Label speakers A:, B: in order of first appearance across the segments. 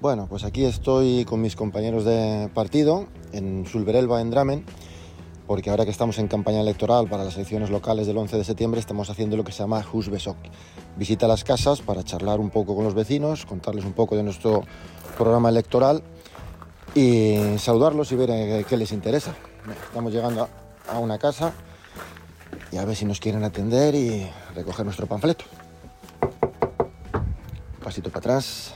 A: Bueno, pues aquí estoy con mis compañeros de partido en Sulverelva, en Dramen, porque ahora que estamos en campaña electoral para las elecciones locales del 11 de septiembre, estamos haciendo lo que se llama Husbesok. Visita las casas para charlar un poco con los vecinos, contarles un poco de nuestro programa electoral y saludarlos y ver eh, qué les interesa. Estamos llegando a una casa y a ver si nos quieren atender y recoger nuestro panfleto. Pasito para atrás.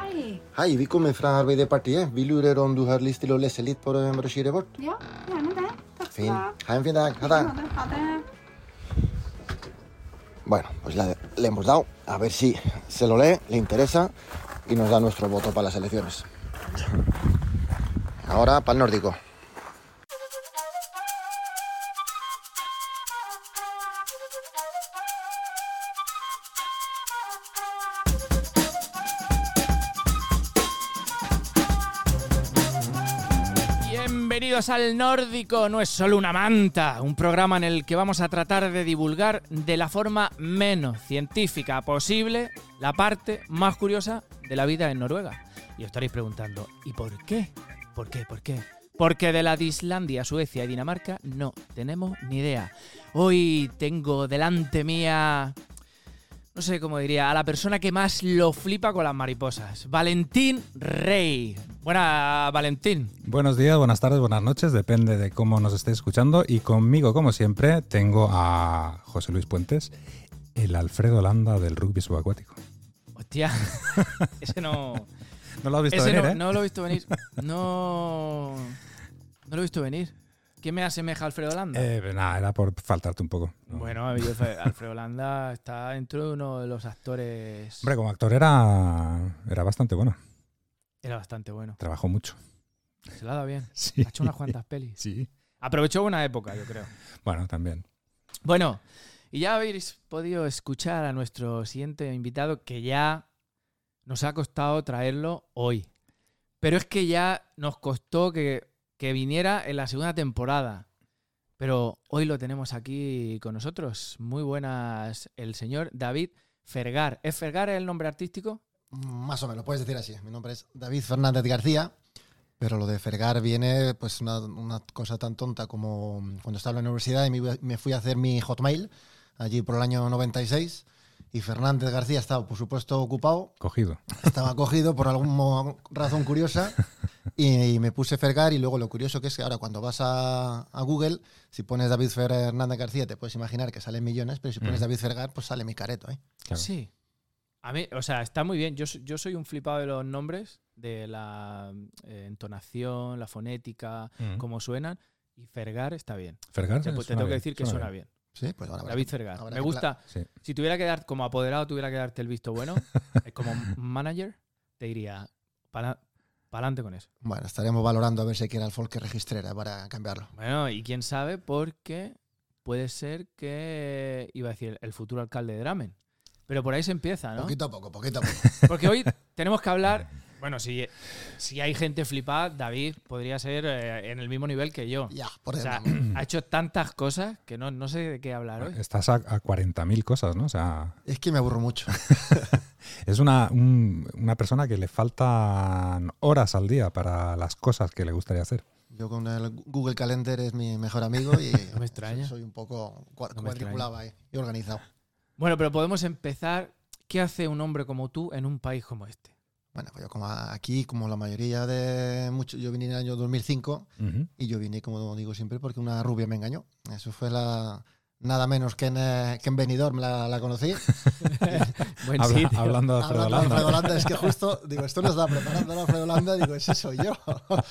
B: Hei.
A: Hei, vi kommer fra Arbeiderpartiet. Vi lurer om du har lyst til å lese litt på eh, brosjyret vårt?
B: Ja, gjerne det. Takk skal du
A: Fin.
B: ha.
A: Ha en fin dag. Ha
B: Ha
A: det.
B: det. Ha det.
A: Bueno, pues la- le hemos dado. A ver si se lo lee, le interesa y nos da nuestro voto para las elecciones. Ahora para el nórdico.
C: Bienvenidos al Nórdico, no es solo una manta, un programa en el que vamos a tratar de divulgar de la forma menos científica posible la parte más curiosa de la vida en Noruega. Y os estaréis preguntando, ¿y por qué? ¿Por qué? ¿Por qué? Porque de la de Islandia, Suecia y Dinamarca no tenemos ni idea. Hoy tengo delante mía, no sé cómo diría, a la persona que más lo flipa con las mariposas, Valentín Rey. Buena, Valentín.
D: Buenos días, buenas tardes, buenas noches, depende de cómo nos estéis escuchando. Y conmigo, como siempre, tengo a José Luis Puentes, el Alfredo Landa del rugby subacuático.
C: Hostia, ese no.
D: No lo has visto
C: ese
D: venir,
C: no,
D: ¿eh?
C: no lo he visto venir. No. No lo he visto venir. ¿Quién me asemeja a Alfredo Landa?
D: Eh, pues nada, era por faltarte un poco. No.
C: Bueno, a mí yo- Alfredo Landa está dentro de uno de los actores.
D: Hombre, como actor era, era bastante bueno.
C: Era bastante bueno.
D: Trabajó mucho.
C: Se la ha dado bien.
D: Sí.
C: Ha hecho unas cuantas pelis.
D: Sí.
C: Aprovechó buena época, yo creo.
D: Bueno, también.
C: Bueno, y ya habéis podido escuchar a nuestro siguiente invitado que ya nos ha costado traerlo hoy. Pero es que ya nos costó que, que viniera en la segunda temporada. Pero hoy lo tenemos aquí con nosotros. Muy buenas, el señor David Fergar. ¿Es Fergar el nombre artístico?
E: Más o menos, puedes decir así. Mi nombre es David Fernández García, pero lo de Fergar viene pues una, una cosa tan tonta como cuando estaba en la universidad y me, iba- me fui a hacer mi hotmail allí por el año 96 y Fernández García estaba, por supuesto, ocupado,
D: Cogido.
E: estaba cogido por alguna razón curiosa y, me puse Fergar y luego lo curioso que es que ahora cuando vas a, a Google, si pones David Fernández García te puedes imaginar que salen millones, pero si pones
D: Mm.
E: David Fergar pues sale mi careto. ¿eh?
D: Claro.
C: Sí. A mí, o sea, está muy bien. Yo, so- yo soy un flipado de los nombres, de la eh, entonación, la fonética,
D: Mm.
C: cómo suenan. Y Fergar está bien.
D: Fergar,
C: Te,
D: sí,
C: te
D: suena
C: tengo que
D: bien,
C: decir que suena, bien.
E: Sí, pues ahora habrá
C: David
E: que-
C: Fergar.
E: habrá
C: Me
E: que
C: gusta.
D: Sí.
C: Si tuviera que dar, como apoderado, tuviera que darte el visto bueno, eh, como manager, te diría, para adelante con eso.
E: Bueno, estaremos valorando a ver si quiere el folk que registrera para cambiarlo.
C: Bueno, y quién sabe, porque puede ser que, eh, iba a decir, el futuro alcalde de Dramen. Pero por ahí se empieza, ¿no?
E: Poquito a poco, poquito a poco.
C: Porque hoy tenemos que hablar. Bueno, si, si hay gente flipada, David podría ser eh, en el mismo nivel que yo.
E: ya, pues, por
C: O
E: dentro.
C: sea, ha hecho tantas cosas que no, no sé de qué hablar hoy.
D: Estás a, a 40.000 cosas, ¿no? O sea,
E: es que me aburro mucho.
D: Es una, un- una persona que le faltan horas al día para las cosas que le gustaría hacer.
E: Yo con el Google Calendar es mi mejor amigo y
C: No me extraña.
E: soy un poco cua-
C: No me
E: cuadriculado ahí y organizado.
C: Bueno, pero podemos empezar. ¿Qué hace un hombre como tú en un país como este?
E: Bueno, pues yo como aquí, como la mayoría de muchos, yo vine en el año 2005 y yo vine, como digo siempre, porque una rubia me engañó. Eso fue la... Nada menos que en, eh, que en Benidorm la, la conocí.
C: Buen
D: Habla-
C: sitio.
D: hablando de Alfredo
E: Hablando de
D: Landa.
E: Alfredo Landa, es que justo, digo, esto no estaba preparando a Alfredo Landa, digo, ese soy yo.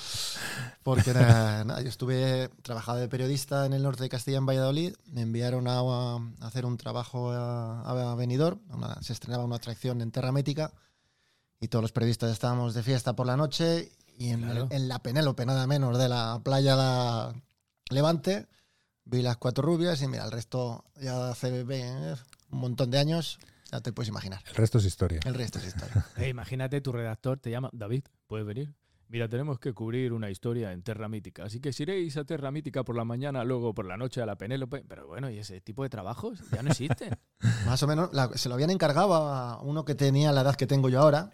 E: Porque era- nada, yo estuve trabajando de periodista en el norte de Castilla, en Valladolid. Me enviaron a, a hacer un trabajo a, a Benidorm. Una- se estrenaba una atracción en Terra Mética y todos los periodistas estábamos de fiesta por la noche. Y en,
C: Claro.
E: en la Penélope, nada menos, de la playa la Levante, vi las cuatro rubias y mira, el resto ya hace eh, un montón de años, ya te puedes imaginar.
D: El resto es historia.
E: El resto es historia.
C: Eh, imagínate, tu redactor te llama David, ¿puedes venir?
F: Mira, tenemos que cubrir una historia en Terra Mítica, así que si iréis a Terra Mítica por la mañana, luego por la noche a la Penélope, pero bueno, y ese tipo de trabajos ya no existen.
E: Más o menos, la- se lo habían encargado a uno que tenía la edad que tengo yo ahora.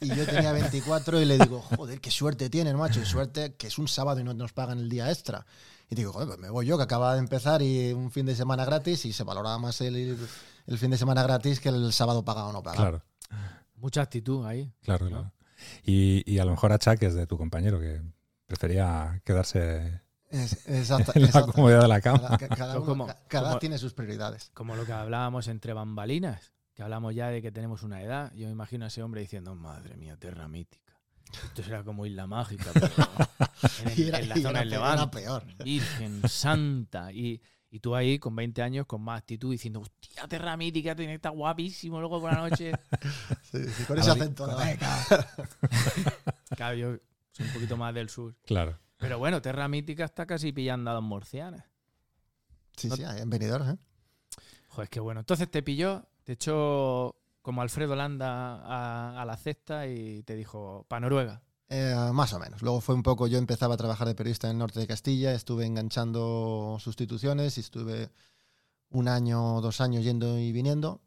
E: Y, y yo tenía 24 y le digo, joder, qué suerte tienen, macho. Y suerte que es un sábado y no nos pagan el día extra. Y digo, joder, pues me voy yo, que acaba de empezar y un fin de semana gratis. Y se valoraba más el, el fin de semana gratis que el sábado pagado o no pagado.
D: Claro,
C: Mucha actitud ahí.
D: claro, claro. Y, y a lo mejor achaques de tu compañero que prefería quedarse
E: Es- exacta-
D: en la
E: exacta.
D: comodidad de la
E: Cada,
D: cama.
E: ca- cada
C: Yo
E: uno-
C: como-
E: ca- cada
C: como-
E: tiene sus prioridades.
C: Como lo que hablábamos entre bambalinas, que hablamos ya de que tenemos una edad. Yo me imagino a ese hombre diciendo, madre mía, Terra Mítica. Esto será como Isla Mágica, pero en, el-
E: Y era-
C: en la
E: y
C: zona
E: era
C: del
E: peor, era
C: Levante.
E: peor.
C: Virgen Santa. Y, y tú ahí con 20 años, con más actitud, diciendo, hostia, Terra Mítica, tiene que estar guapísimo luego por la noche.
E: Sí, sí, con ese
C: Ahora-
E: acento. ¿no?
C: Claro, yo soy un poquito más del sur.
D: Claro.
C: Pero bueno, Terra Mítica está casi pillando a los morcianas.
E: Sí, sí, en Benidorm, ¿eh?
C: Joder, qué bueno. Entonces te pilló, te echó como Alfredo Landa a, a la cesta y te dijo, para Noruega.
E: Eh, más o menos. Luego fue un poco, yo empezaba a trabajar de periodista en el norte de Castilla, estuve enganchando sustituciones y estuve un año o dos años yendo y viniendo.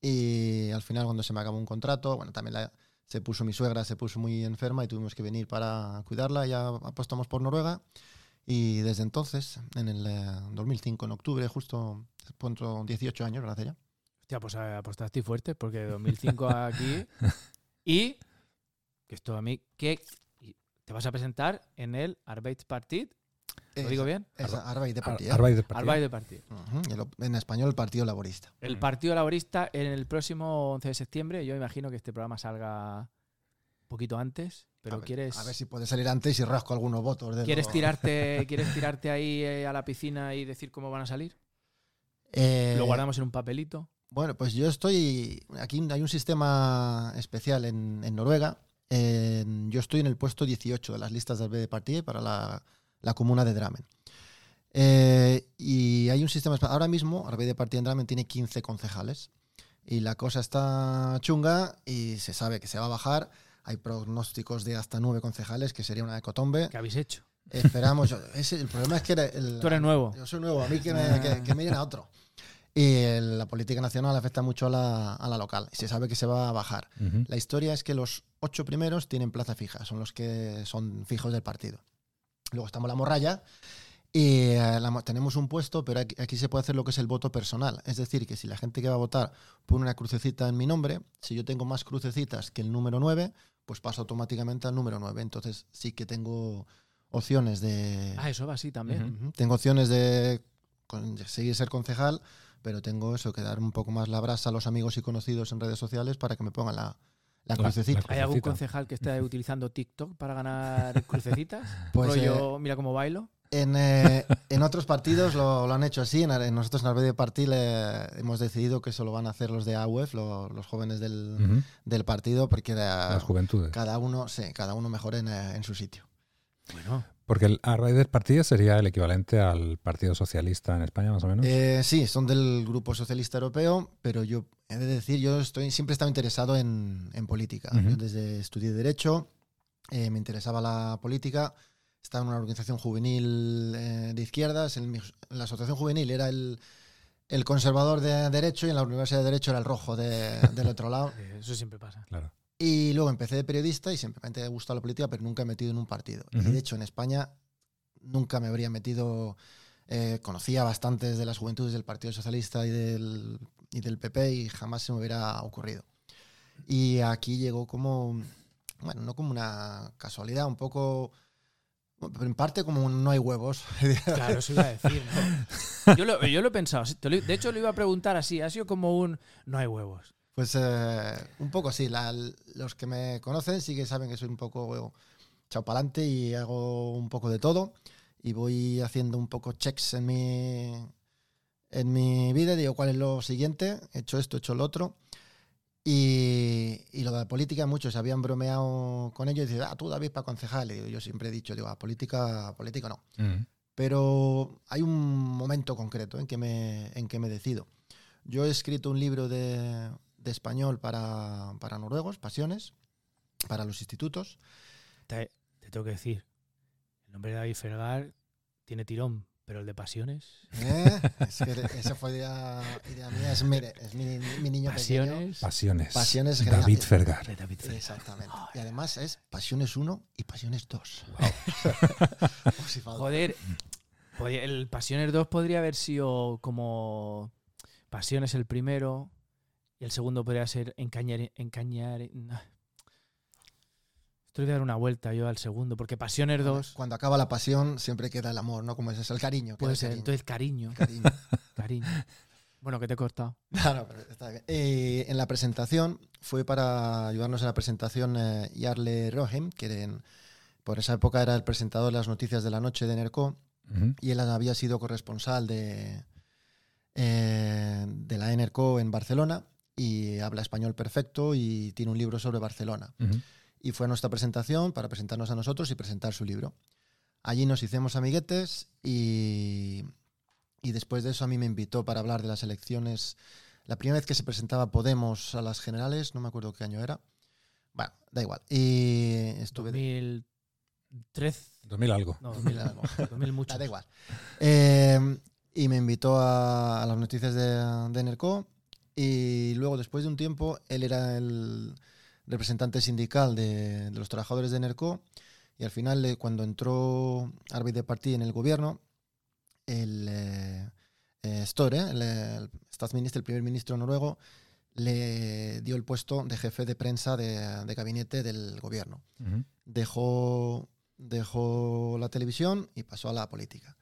E: Y al final cuando se me acabó un contrato, bueno, también la- se puso mi suegra, se puso muy enferma y tuvimos que venir para cuidarla, ya apostamos por Noruega. Y desde entonces, en el eh, 2005, en octubre, justo, punto 18 años, ¿verdad? Ya.
C: Hostia, pues eh, apostaste fuerte, porque de 2005 a aquí. Y, que esto a mí, que y te vas a presentar en el Arbeidspartiet. ¿Lo digo bien?
E: Es Arbeid de
D: Ar-
E: Partido.
D: Arbeid de partida.
C: Arbeidspartiet.
E: Ujú, y el- En español, Partido Laborista.
C: El Partido Laborista en el próximo 11 de septiembre. Yo imagino que este programa salga un poquito antes, pero
E: a ver,
C: quieres...
E: A ver si puede salir antes y rasco algunos votos. De
C: ¿Quieres
E: lo-
C: tirarte, ¿Quieres tirarte ahí eh, a la piscina y decir cómo van a salir?
E: Eh,
C: Lo guardamos en un papelito.
E: Bueno, pues yo estoy. Aquí hay un sistema especial en, en Noruega. En- yo estoy en el puesto 18 de las listas del BD Partido para la, la comuna de Drammen. Eh, y hay un sistema. espe- Ahora mismo, Arbide Partido en Drammen tiene 15 concejales. Y la cosa está chunga y se sabe que se va a bajar. Hay pronósticos de hasta nueve concejales, que sería una ecotombe.
C: ¿Qué habéis hecho?
E: Esperamos. yo- ese- el problema es que era el,
C: Tú eres nuevo.
E: Yo soy nuevo, a mí que me, que, que me llena otro. Y el- la política nacional afecta mucho a la, a la local. Y se sabe que se va a bajar.
D: Ujú.
E: La historia es que los ocho primeros tienen plaza fija, son los que son fijos del partido. Luego estamos la morralla. Y eh, la mo- tenemos un puesto, pero aquí, aquí se puede hacer lo que es el voto personal. Es decir, que si la gente que va a votar pone una crucecita en mi nombre, si yo tengo más crucecitas que el número 9, pues paso automáticamente al número 9. Entonces sí que tengo opciones de,
C: Ah, eso va así también.
E: Ujú. Tengo opciones de conseguir ser concejal, pero tengo eso, que dar un poco más la brasa a los amigos y conocidos en redes sociales para que me pongan la,
D: La-
E: la crucecita.
D: la-
C: ¿Hay algún
D: Crucecita.
C: concejal que esté utilizando TikTok para ganar crucecitas?
E: Pues,
C: Rollo, mira cómo bailo.
E: En, eh, en otros partidos lo, lo han hecho así, en, en nosotros en Arbedia Partil eh, hemos decidido que eso lo van a hacer los de AUEF, lo- los jóvenes del,
D: Ujú.
E: del partido, porque era-
D: Las juventudes.
E: cada uno, sí, cada uno mejor en, eh, en su sitio.
C: Bueno,
D: Porque el Arbeid del partido sería el equivalente al Partido Socialista en España, más o menos.
E: Eh, sí, son del Grupo Socialista Europeo, pero yo he de decir, yo estoy, siempre he estado interesado en, en política.
D: Ujú.
E: Yo desde estudié Derecho, eh, me interesaba la política, estaba en una organización juvenil eh, de izquierdas, en, mi- en la asociación juvenil era el, el conservador de Derecho y en la Universidad de Derecho era el rojo de- del otro lado.
C: eh, eso siempre pasa.
D: claro.
E: Y luego empecé de periodista y simplemente me ha gustado la política, pero nunca he metido en un partido.
D: Ujú.
E: Y de hecho, en España nunca me habría metido. eh, conocía bastantes de las juventudes del Partido Socialista y del, y del PP y jamás se me hubiera ocurrido. Y aquí llegó como. Bueno, no como una casualidad, un poco. Pero en parte como un no hay huevos.
C: Claro, eso iba a decir. ¿no? Yo, lo, yo lo he pensado. sí, te lo- de hecho, lo iba a preguntar así. Ha sido como un no hay huevos.
E: Pues eh, un poco sí. la- los que me conocen sí que saben que soy un poco chao pa'lante y hago un poco de todo. Y voy haciendo un poco checks en mi, en mi vida. Digo, ¿cuál es lo siguiente? He hecho esto, he hecho lo otro. Y, y lo de la política, muchos habían bromeado con ello y dicen, ah, tú David para concejal. Y digo, yo siempre he dicho, digo, a política, política no
D: Ujú.
E: pero hay un momento concreto en que me, en que me decido. Yo he escrito un libro de, de español para, para noruegos, Pasiones, para los institutos,
C: te, te tengo que decir, el nombre de David Fergar tiene tirón, pero el de Pasiones.
E: ¿Eh? Es que esa fue idea, idea mía, es, mi, es mi, mi niño pequeño.
C: Pasiones.
D: Pasiones.
E: Pasiones
D: David
E: gratis.
D: Fergar.
C: de David Fergar.
E: Exactamente. Y además es Pasiones 1 y Pasiones 2. Por si falta.
C: Joder, podía- el Pasiones 2 podría haber sido como Pasiones el primero y el segundo podría ser Encañar. encañar no. Estoy de dar una vuelta yo al segundo, porque Pasiones 2
E: Cuando acaba la pasión siempre queda el amor, ¿no? Como es eso, el cariño. queda
C: puede
E: el
C: ser. Entonces,
E: cariño,
C: cariño,
E: cariño.
C: cariño. Bueno, que te he cortado.
E: Claro, pero está bien. Eh, en la presentación, fue para ayudarnos en la presentación eh, Jarle Rohem, que en- por esa época era el presentador de las noticias de la noche de Nerco,
D: Ujú.
E: y él había sido corresponsal de, eh, de la Enerco en Barcelona, y habla español perfecto y tiene un libro sobre Barcelona
D: Ujú.
E: y fue a nuestra presentación para presentarnos a nosotros y presentar su libro. Allí nos hicimos amiguetes y, y después de eso a mí me invitó para hablar de las elecciones. La primera vez que se presentaba Podemos a las generales, no me acuerdo qué año era. Bueno, da igual. Y estuve...
C: 2003.
D: 2000 algo.
C: No,
E: 2000 algo.
C: 2000 mucho.
E: Ah, da igual. Eh, y me invitó a, a las noticias de, de Enerco y luego, después de un tiempo, él era el representante sindical de, de los trabajadores de Enerco y al final, eh, cuando entró Arvid de Partí en el gobierno, el eh, eh, Støre, el, eh, el statsminister, el primer ministro noruego, le dio el puesto de jefe de prensa de- de gabinete del gobierno
D: Ujú.
E: dejó, dejó la televisión y pasó a la política.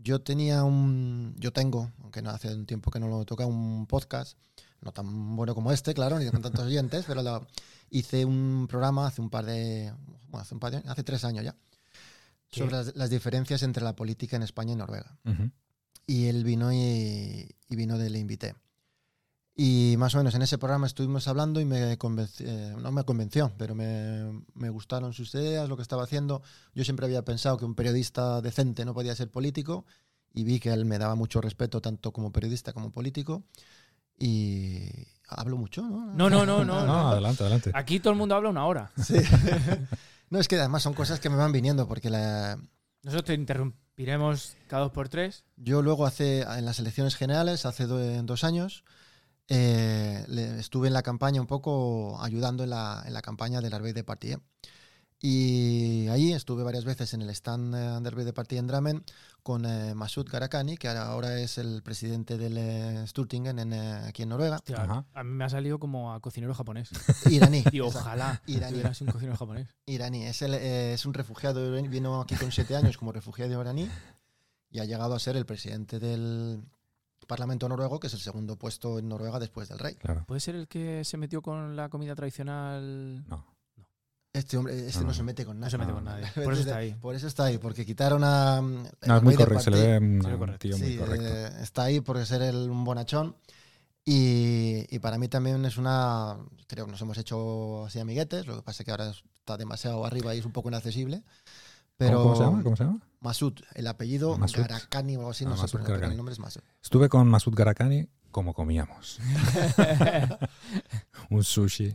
E: Yo tenía un. Yo tengo, aunque no hace un tiempo que no lo toca, un podcast, no tan bueno como este, claro, ni con tantos oyentes, pero lo- hice un programa hace un par de. Bueno, hace, un par de- hace tres años ya,
C: ¿Qué?
E: sobre las, las diferencias entre la política en España y Noruega.
D: Ujú.
E: Y él vino y, y vino de Le Invité. Y más o menos en ese programa estuvimos hablando y me convenció, no me convenció, pero me, me gustaron sus ideas, lo que estaba haciendo. Yo siempre había pensado que un periodista decente no podía ser político y vi que él me daba mucho respeto tanto como periodista como político. Y hablo mucho, ¿no?
C: No, no, no,
D: No,
C: no.
D: adelante, adelante.
C: Aquí todo el mundo habla una hora.
E: Sí. no, es que además son cosas que me van viniendo porque la,
C: Nosotros te interrumpiremos cada dos por tres.
E: Yo luego hace, en las elecciones generales, hace do- dos años, eh, le- estuve en la campaña un poco ayudando en la, en la campaña del Arbeit de Partí. Y ahí estuve varias veces en el stand eh, del Arbeit de Partí en Dramen con eh, Masud Karakani, que ahora- ahora es el presidente del eh, Sturtingen en, eh, aquí en Noruega.
C: Hostia,
D: Ajá.
C: a mí me ha salido como a cocinero japonés.
E: Iraní.
C: Y ojalá
E: Iraní.
C: tuvieras un cocinero japonés.
E: Iraní, es, el, eh, es un refugiado iraní, vino aquí con siete años como refugiado iraní y ha llegado a ser el presidente del Parlamento noruego, que es el segundo puesto en Noruega después del rey.
D: Claro.
C: ¿Puede ser el que se metió con la comida tradicional?
D: No.
E: Este hombre, este
D: No,
E: no,
D: Ah. no.
E: se mete con nadie.
C: No se mete con
D: no,
C: nadie. Por eso está ahí.
E: Por eso está ahí, porque quitaron a... eh,
D: No, es muy correcto, se le ve un
C: Se le ve
D: un
C: correcto.
D: tío muy
E: Sí,
D: correcto.
E: eh, está ahí por ser el, un bonachón. Y, y para mí también es una. Creo que nos hemos hecho así amiguetes, lo que pasa es que ahora está demasiado arriba y es un poco inaccesible. Pero
D: ¿Cómo, cómo se llama? ¿Cómo se llama?
E: Masud, el apellido
D: Masud.
E: Garakani o algo así,
D: Ah,
E: no sé,
D: Masud
E: pero
D: Garakani.
E: el nombre es Masud.
D: Estuve con Masud Garakani como comíamos. un sushi.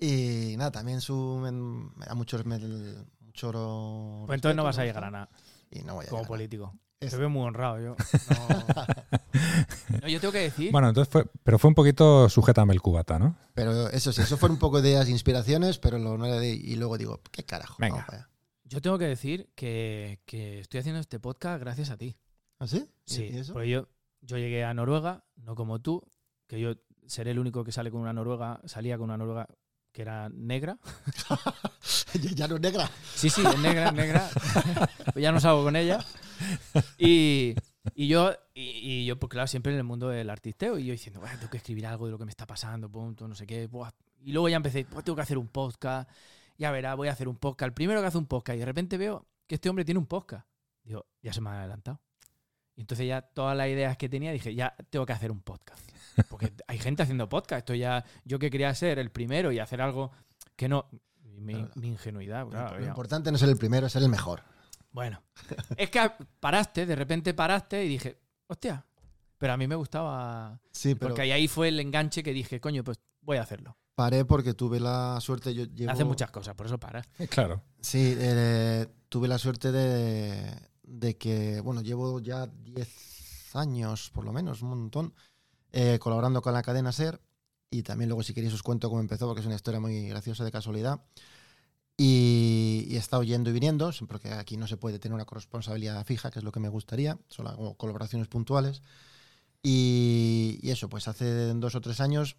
E: Y nada, también su, me, me da mucho, me- mucho ro-
C: Pues entonces no
E: respeto,
C: vas a
E: ¿no?
C: llegar a nada
E: Y no voy a
C: como
E: llegar a-
C: político.
E: Es-
C: Te veo muy honrado yo. No, No, yo tengo que decir.
D: Bueno, entonces fue, pero fue un poquito sujétame el cubata, ¿no?
E: Pero eso sí, eso fueron un poco de las inspiraciones, pero lo no era de. Y luego digo, ¿qué carajo?
D: Venga.
E: Vamos para allá.
C: Yo tengo que decir que, que estoy haciendo este podcast gracias a ti.
E: ¿Ah, sí? ¿Y-
C: Sí, pues-
E: ¿Y eso?
C: porque yo, yo llegué a Noruega, no como tú, que yo seré el único que sale con una noruega, salía con una noruega que era negra.
E: ya no es negra.
C: Sí, sí, es negra, es negra. Pues ya no salgo con ella. Y, y yo, y, y yo, pues claro, siempre en el mundo del artisteo, y yo diciendo, "Buah, tengo que escribir algo de lo que me está pasando, punto, no sé qué. buah". Y luego ya empecé, pues tengo que hacer un podcast, ya verá, voy a hacer un podcast. El primero que hace un podcast, y de repente veo que este hombre tiene un podcast. Digo, ya se me ha adelantado. Y entonces ya todas las ideas que tenía dije, ya tengo que hacer un podcast. Porque hay gente haciendo podcast. Esto ya, yo que quería ser el primero y hacer algo que no. y Mi,
E: Claro.
C: mi ingenuidad, claro,
E: lo
C: había-
E: importante no es ser el primero, es ser el mejor.
C: bueno, es que paraste, de repente paraste y dije, hostia, pero a mí me gustaba.
E: Sí, pero.
C: Porque ahí- ahí fue el enganche que dije, coño, pues voy a hacerlo.
E: Paré porque tuve la suerte. Yo llevo,
C: Hace muchas cosas, por eso paras.
D: Claro.
E: Sí, eh, tuve la suerte de, de que, bueno, llevo ya 10 años, por lo menos, un montón, eh, colaborando con la cadena Ser. Y también luego, si queréis, os cuento cómo empezó, porque es una historia muy graciosa de casualidad. Y, y he estado yendo y viniendo, porque aquí no se puede tener una corresponsabilidad fija, que es lo que me gustaría, solo hago colaboraciones puntuales. Y, y eso, pues hace dos o tres años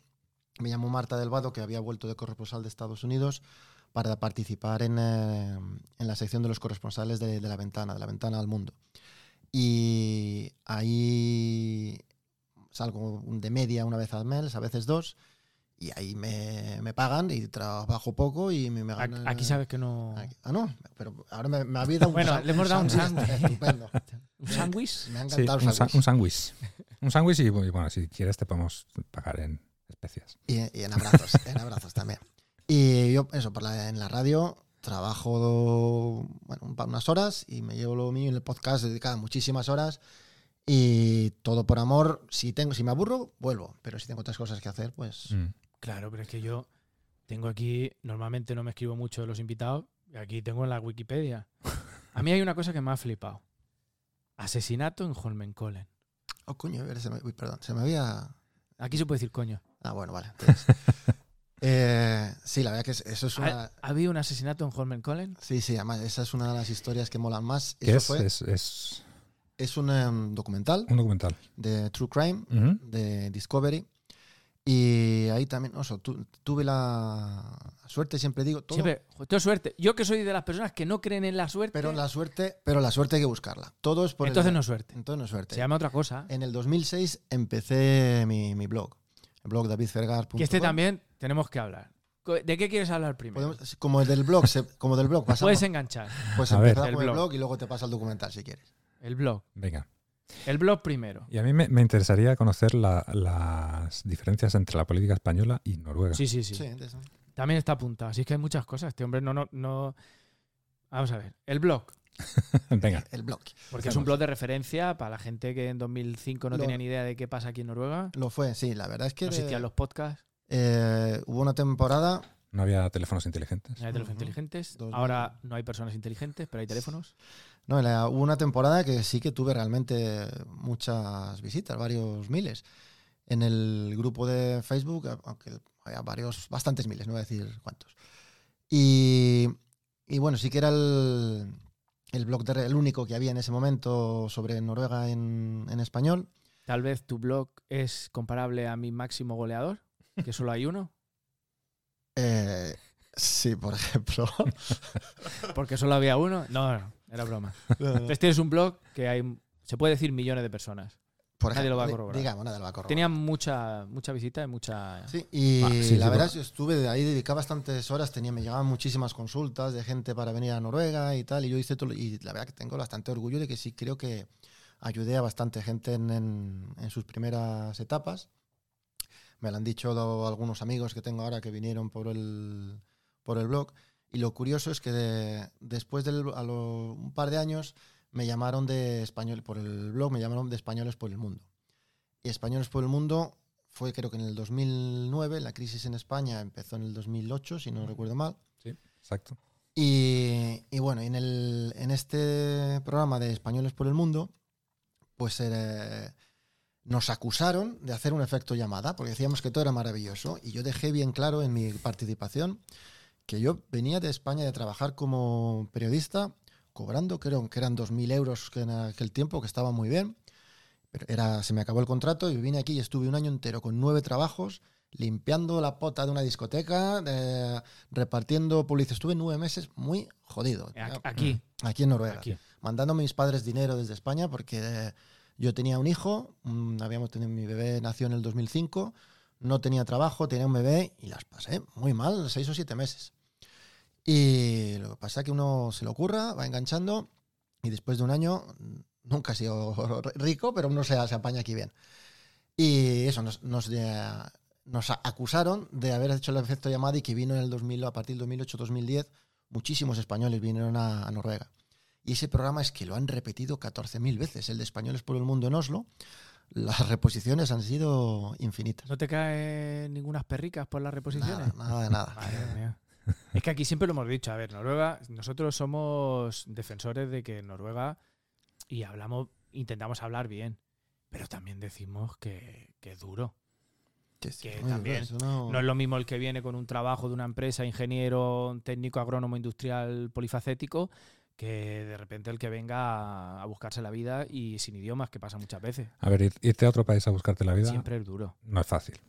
E: me llamó Marta del Vado, que había vuelto de corresponsal de Estados Unidos, para participar en, eh, en la sección de los corresponsales de, de la ventana, de la ventana al mundo. Y ahí salgo de media una vez al mes, a veces dos, y ahí me, me pagan y trabajo poco y me, me
C: Aquí-
E: ganan- eh,
C: Aquí sabes que no.
E: Aquí- Ah, no, pero ahora me, me habéis dado un
C: Bueno,
E: san-
C: le hemos dado un
E: sándwich, Estupendo.
C: ¿Un sándwich?
E: Me ha
D: Sí,
E: encantado el
D: un sa-
E: sándwich.
D: un sándwich. Un sándwich y, bueno, si quieres te podemos pagar en especias.
E: Y, y en abrazos, en abrazos también. Y yo, eso, por la- en la radio trabajo bueno, un par- unas horas y me llevo lo mío en el podcast dedicado muchísimas horas y todo por amor. Si, tengo, si me aburro, vuelvo, pero si tengo otras cosas que hacer, pues...
D: Mm.
C: Claro, pero es que yo tengo aquí. Normalmente no me escribo mucho de los invitados. y Aquí tengo en la Wikipedia. A mí hay una cosa que me ha flipado: asesinato en Holmenkollen.
E: Oh, coño, a ver, se me- uy, perdón, se me había...
C: Aquí se puede decir coño.
E: Ah, bueno, vale. entonces. Eh, sí, la verdad que es- eso es
C: ¿Ha,
E: una...
C: ha habido un asesinato en Holmenkollen?
E: Sí, sí, además, esa es una de las historias que molan más.
D: Que
E: Eso
D: es, Mm.
E: fue-
D: es, es
E: es un em, documental
D: un documental.
E: de True Crime
D: Ujú.
E: de Discovery. Y ahí también, no, eso, tu- tuve la suerte, siempre digo, todo,
C: Siempre, jo, tengo suerte. Yo que soy de las personas que no creen en la suerte.
E: pero la suerte, pero la suerte hay que buscarla. Todo es por el-
C: entonces no es suerte.
E: entonces no es suerte.
C: Se llama otra cosa.
E: En el 2006 empecé mi, mi blog, el blog davidfergar.com.
C: Que este también tenemos que hablar. Co- ¿De qué quieres hablar primero?
E: Podemos- como del blog, se- como del blog, pasamos,
C: Puedes enganchar.
E: pues
D: A ver.
E: empezar
C: El
E: con el
C: blog.
E: blog y luego te pasa al documental si quieres.
C: El blog.
D: Venga.
C: El blog primero.
D: Y a mí me, me interesaría conocer la- las diferencias entre la política española y Noruega.
C: Sí, sí, sí.
E: Sí, de eso.
C: También está apuntado. Así es que hay muchas cosas. Este hombre no, no, no. Vamos a ver. El blog.
D: Venga.
E: el blog.
C: Porque es un blog de referencia para la gente que en 2005 no
E: Lo-
C: tenía ni idea de qué pasa aquí en Noruega.
E: Lo fue, sí, la verdad es que
C: No existían
E: de-
C: los podcasts,
E: eh, hubo una temporada
D: No había teléfonos inteligentes.
C: no había teléfonos
E: Ujú.
C: inteligentes.
E: Dos mil-
C: Ahora no hay personas inteligentes, pero hay teléfonos.
E: No, la- hubo una temporada que sí que tuve realmente muchas visitas, varios miles. En el grupo de Facebook, a- aunque había varios, bastantes miles, no voy a decir cuántos. Y, y bueno, sí que era el, el blog, de, re- el único que había en ese momento sobre Noruega en, en español.
C: Tal vez tu blog es comparable a mi máximo goleador, que solo hay uno.
E: Eh, sí, por ejemplo.
C: Porque solo había uno. No, no, era broma. Entonces tienes un blog que hay, se puede decir millones de personas.
E: Por
C: Nadie lo va a
E: di-
C: corroborar.
E: Digamos, nadie lo va a corroborar.
C: Tenían mucha, mucha visita y mucha...
E: Sí, y
D: Ah, sí,
E: la
D: sí,
E: verdad
D: lo-
E: es que estuve de ahí, dedicaba bastantes horas, tenía, me llegaban muchísimas consultas de gente para venir a Noruega y tal, y yo hice todo, lo- y la verdad que tengo bastante orgullo de que sí creo que ayudé a bastante gente en, en- en sus primeras etapas. Me lo han dicho lo- algunos amigos que tengo ahora que vinieron por el, por el blog. Y lo curioso es que de- después de un par de años me llamaron de español por el blog, me llamaron de Españoles por el Mundo. Y Españoles por el Mundo fue creo que en el 2009, la crisis en España empezó en el 2008, si no recuerdo mal.
D: Exacto.
E: Y, y bueno, en, el, en este programa de Españoles por el Mundo, pues eh, nos acusaron de hacer un efecto llamada, porque decíamos que todo era maravilloso. Y yo dejé bien claro en mi participación que yo venía de España de trabajar como periodista, cobrando, creo que eran 2.000 euros que en aquel tiempo, que estaba muy bien. Pero era, se me acabó el contrato y vine aquí y estuve un año entero con nueve trabajos, limpiando la pota de una discoteca, eh, repartiendo publicidad. Estuve nueve meses muy jodido.
C: A- eh, Aquí,
E: Aquí en Noruega.
C: aquí.
E: Mandando a mis padres dinero desde España porque eh, yo tenía un hijo, mm, habíamos tenido mi bebé, nació en el 2005, no tenía trabajo, tenía un bebé y las pasé muy mal, seis o siete meses. Y lo que pasa es que uno se lo ocurra, va enganchando y después de un año mm, nunca ha sido rico, pero uno se, se apaña aquí bien. Y eso, nos, nos, eh, nos acusaron de haber hecho el efecto llamada y que vino en el 2000, a partir del 2008-2010 muchísimos españoles vinieron a, a Noruega. Y ese programa es que lo han repetido 14.000 veces, el de Españoles por el Mundo en Oslo. las reposiciones han sido infinitas.
C: ¿No te caen ningunas perricas por las reposiciones?
E: Nada, nada de nada.
C: Madre mía. Es que aquí siempre lo hemos dicho. A ver, Noruega, nosotros somos defensores de que Noruega y hablamos, intentamos hablar bien, pero también decimos que, que es duro.
E: Que sí,
C: que
E: muy duro,
C: también
E: eso no-
C: No es lo mismo el que viene con un trabajo de una empresa, ingeniero, técnico, agrónomo, industrial, polifacético, que de repente el que venga a buscarse la vida y sin idiomas, que pasa muchas veces.
D: A ver, ir- irte a otro país a buscarte la vida
C: Siempre es duro.
D: no es fácil.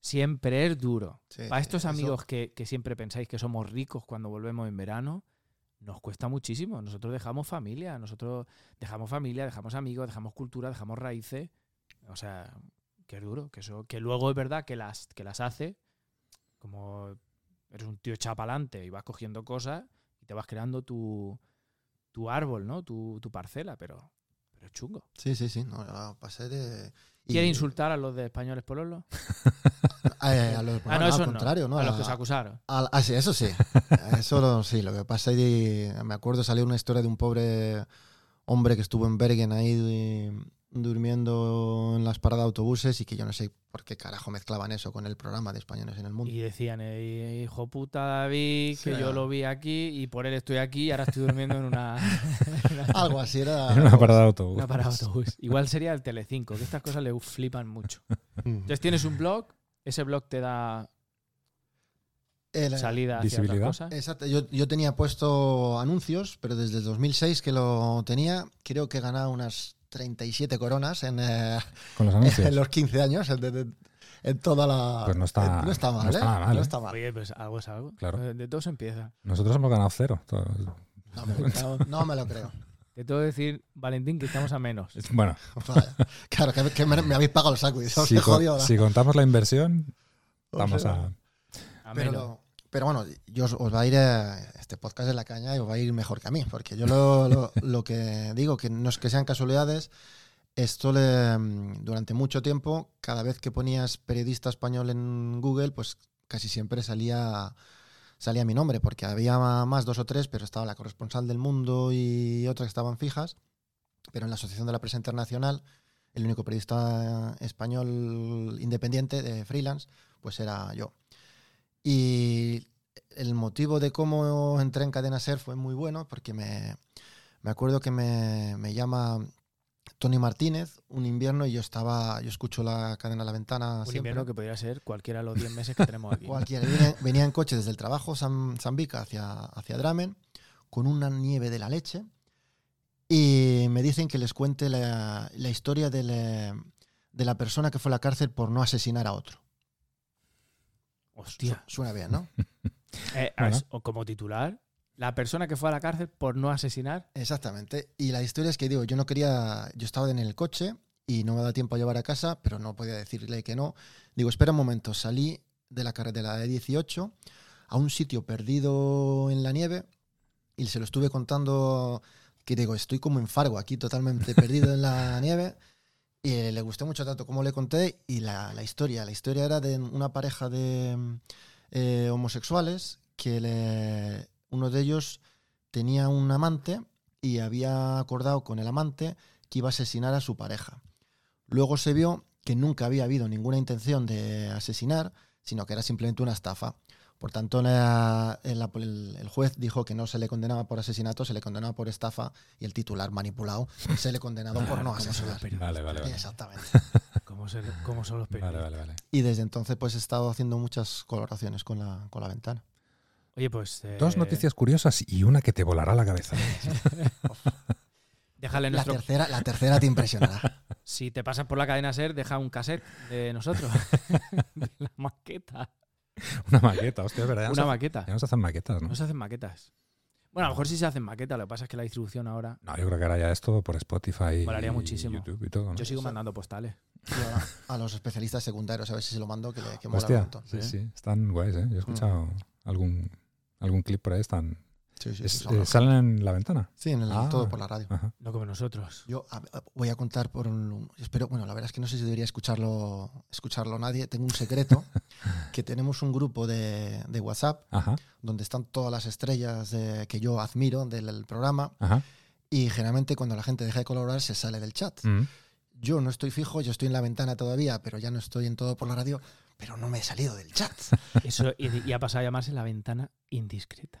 C: Siempre es duro.
E: Sí,
C: Para estos
E: Eh, eso-
C: amigos que, que siempre pensáis que somos ricos cuando volvemos en verano, nos cuesta muchísimo. Nosotros dejamos familia, nosotros dejamos familia, dejamos amigos, dejamos cultura, dejamos raíces. O sea, que es duro, que eso, que luego es verdad que las, que las hace, como eres un tío chapalante y vas cogiendo cosas y te vas creando tu, tu árbol, ¿no? Tu, tu parcela, pero, pero es chungo.
E: Sí, sí, sí. No, yo pasé de. y-
C: ¿Quiere insultar a los de españoles pololo?
E: A, eh, a los-
C: Ah,
E: no,
C: no, eso
E: al contrario, ¿no?
C: A los que os acusaron.
E: Al- ah, sí, eso sí. Eso lo- sí, lo que pasa ahí, me acuerdo, salió una historia de un pobre hombre que estuvo en Bergen ahí du- durmiendo en las paradas de autobuses y que yo no sé por qué carajo mezclaban eso con el programa de españoles en el mundo.
C: Y decían, "Eh, hijo puta David, que
E: Sí.
C: yo lo vi aquí y por él estoy aquí y ahora estoy durmiendo en una,
E: Algo así era...
D: En una parada de autobús.
C: una parada de autobús. Igual sería el Telecinco, que estas cosas le flipan mucho.
E: Mm.
C: Entonces tienes un blog, ese blog te da
E: El-
C: salida hacia
D: Visibilidad.
C: otras cosas.
E: Exacto, yo, yo tenía puesto anuncios, pero desde el 2006 que lo tenía, creo que he ganado unas 37 coronas en, eh,
D: Con los
E: en
D: anuncios.
E: los 15 años, en, en- en toda la...
D: Pues no está-
E: no está
D: no
E: mal,
D: está
E: ¿eh?
D: nada mal,
E: No
D: ¿eh?
E: está mal.
C: Oye, pues algo es algo.
D: Claro.
C: Eh, De todo se empieza.
D: Nosotros hemos ganado cero. Todo-
E: No me, lo creo, no me lo creo.
C: Te tengo que decir, Valentín, que estamos a menos.
D: Bueno,
E: Vaya. Claro, que, que me, me habéis pagado el saco y os
D: si,
E: he
D: con-
E: jodido ahora.
D: si contamos la inversión,
E: O
D: vamos
E: sea,
D: a...
C: A
E: Pero,
C: menos.
E: lo- pero bueno, yo os, os va a ir eh, este podcast de la caña y os va a ir mejor que a mí, porque yo lo, lo- lo que digo, que no es que sean casualidades, esto le, mm, durante mucho tiempo, cada vez que ponías periodista español en Google, pues casi siempre salía, salía mi nombre, porque había más dos o tres, pero estaba la corresponsal del mundo y otras que estaban fijas, pero en la Asociación de la Prensa Internacional, el único periodista español independiente de freelance, pues era yo. Y el motivo de cómo entré en Cadena Ser fue muy bueno, porque me, me acuerdo que me, me llama Tony Martínez un invierno y yo estaba, yo escucho la cadena a la ventana
C: un
E: siempre.
C: invierno que podría ser cualquiera de los 10 meses que tenemos aquí.
E: Cualquiera. Venía, venía en coche desde el trabajo, San, San Vica, hacia, hacia Dramen, con una nieve de la leche. Y me dicen que les cuente la, la historia de la, de la persona que fue a la cárcel por no asesinar a otro.
C: Hostia.
E: Su- Suena bien, ¿no?
C: Eh,
D: Bueno.
C: as- o como titular, la persona que fue a la cárcel por no asesinar.
E: Exactamente. Y la historia es que digo, yo no quería, yo estaba en el coche y no me da tiempo a llevar a casa, pero no podía decirle que no. Digo, espera un momento, salí de la carretera de 18 a un sitio perdido en la nieve y se lo estuve contando que digo, estoy como en Fargo aquí totalmente perdido en la nieve. Y eh, le gustó mucho tanto como le conté y la, la historia. La historia era de una pareja de mm, eh, homosexuales que le- uno de ellos tenía un amante y había acordado con el amante que iba a asesinar a su pareja. Luego se vio que nunca había habido ninguna intención de asesinar, sino que era simplemente una estafa. Por tanto, la- la- el, el juez dijo que no se le condenaba por asesinato, se le condenaba por estafa y el titular manipulado se le condenaba
D: Ah,
E: por no
C: ¿Cómo son los
E: asesinar.
C: periodistas?
D: Vale, vale, vale.
E: Exactamente.
C: ¿Cómo, se- cómo son los
D: Vale,
C: periodistas?
D: vale, vale.
E: Y desde entonces pues he estado haciendo muchas coloraciones con la, con la ventana.
C: Oye, pues.
D: Dos
C: eh,
D: noticias curiosas y una que te volará la cabeza.
C: Déjale
E: La
C: nuestro.
E: tercera, la tercera te impresionará.
C: Si te pasas por la cadena Ser, deja un cassette de nosotros. De la maqueta.
D: Una maqueta, hostia, es verdad. Ya
C: Una
D: nos,
C: maqueta.
D: ya nos hacen maquetas, ¿no?
C: No se hacen maquetas. Bueno, a lo mejor sí se hacen maquetas, lo que pasa es que la distribución ahora.
D: No, yo creo que ahora ya es todo por Spotify
C: Molaría
D: y
C: muchísimo.
D: YouTube y todo, ¿no?
C: Yo sigo mandando postales.
E: Yo a, a los especialistas secundarios, a ver si se lo mando, que, le, que mola un
D: Hostia,
E: montón. Mm.
D: sí,
C: ¿eh?
D: sí, están guays, ¿eh? Yo he escuchado algún, algún clip por ahí, están...
E: Sí, sí,
D: es-
E: sí,
D: eh,
E: son los-
D: ¿Salen en la ventana?
E: sí, en el-
D: Ah.
E: todo por la radio.
D: Ajá.
C: No como nosotros.
E: Yo a- a- voy a contar por un... Espero, bueno, la verdad es que no sé si debería escucharlo, escucharlo nadie. Tengo un secreto, que tenemos un grupo de, de WhatsApp
D: Ajá,
E: donde están todas las estrellas de- que yo admiro del, del programa
D: ajá.
E: y generalmente cuando la gente deja de colaborar se sale del chat.
D: Mm.
E: yo no estoy fijo, yo estoy en la ventana todavía, pero ya no estoy en todo por la radio, pero no me he salido del chat.
C: Eso, y, y ha pasado a llamarse la ventana indiscreta.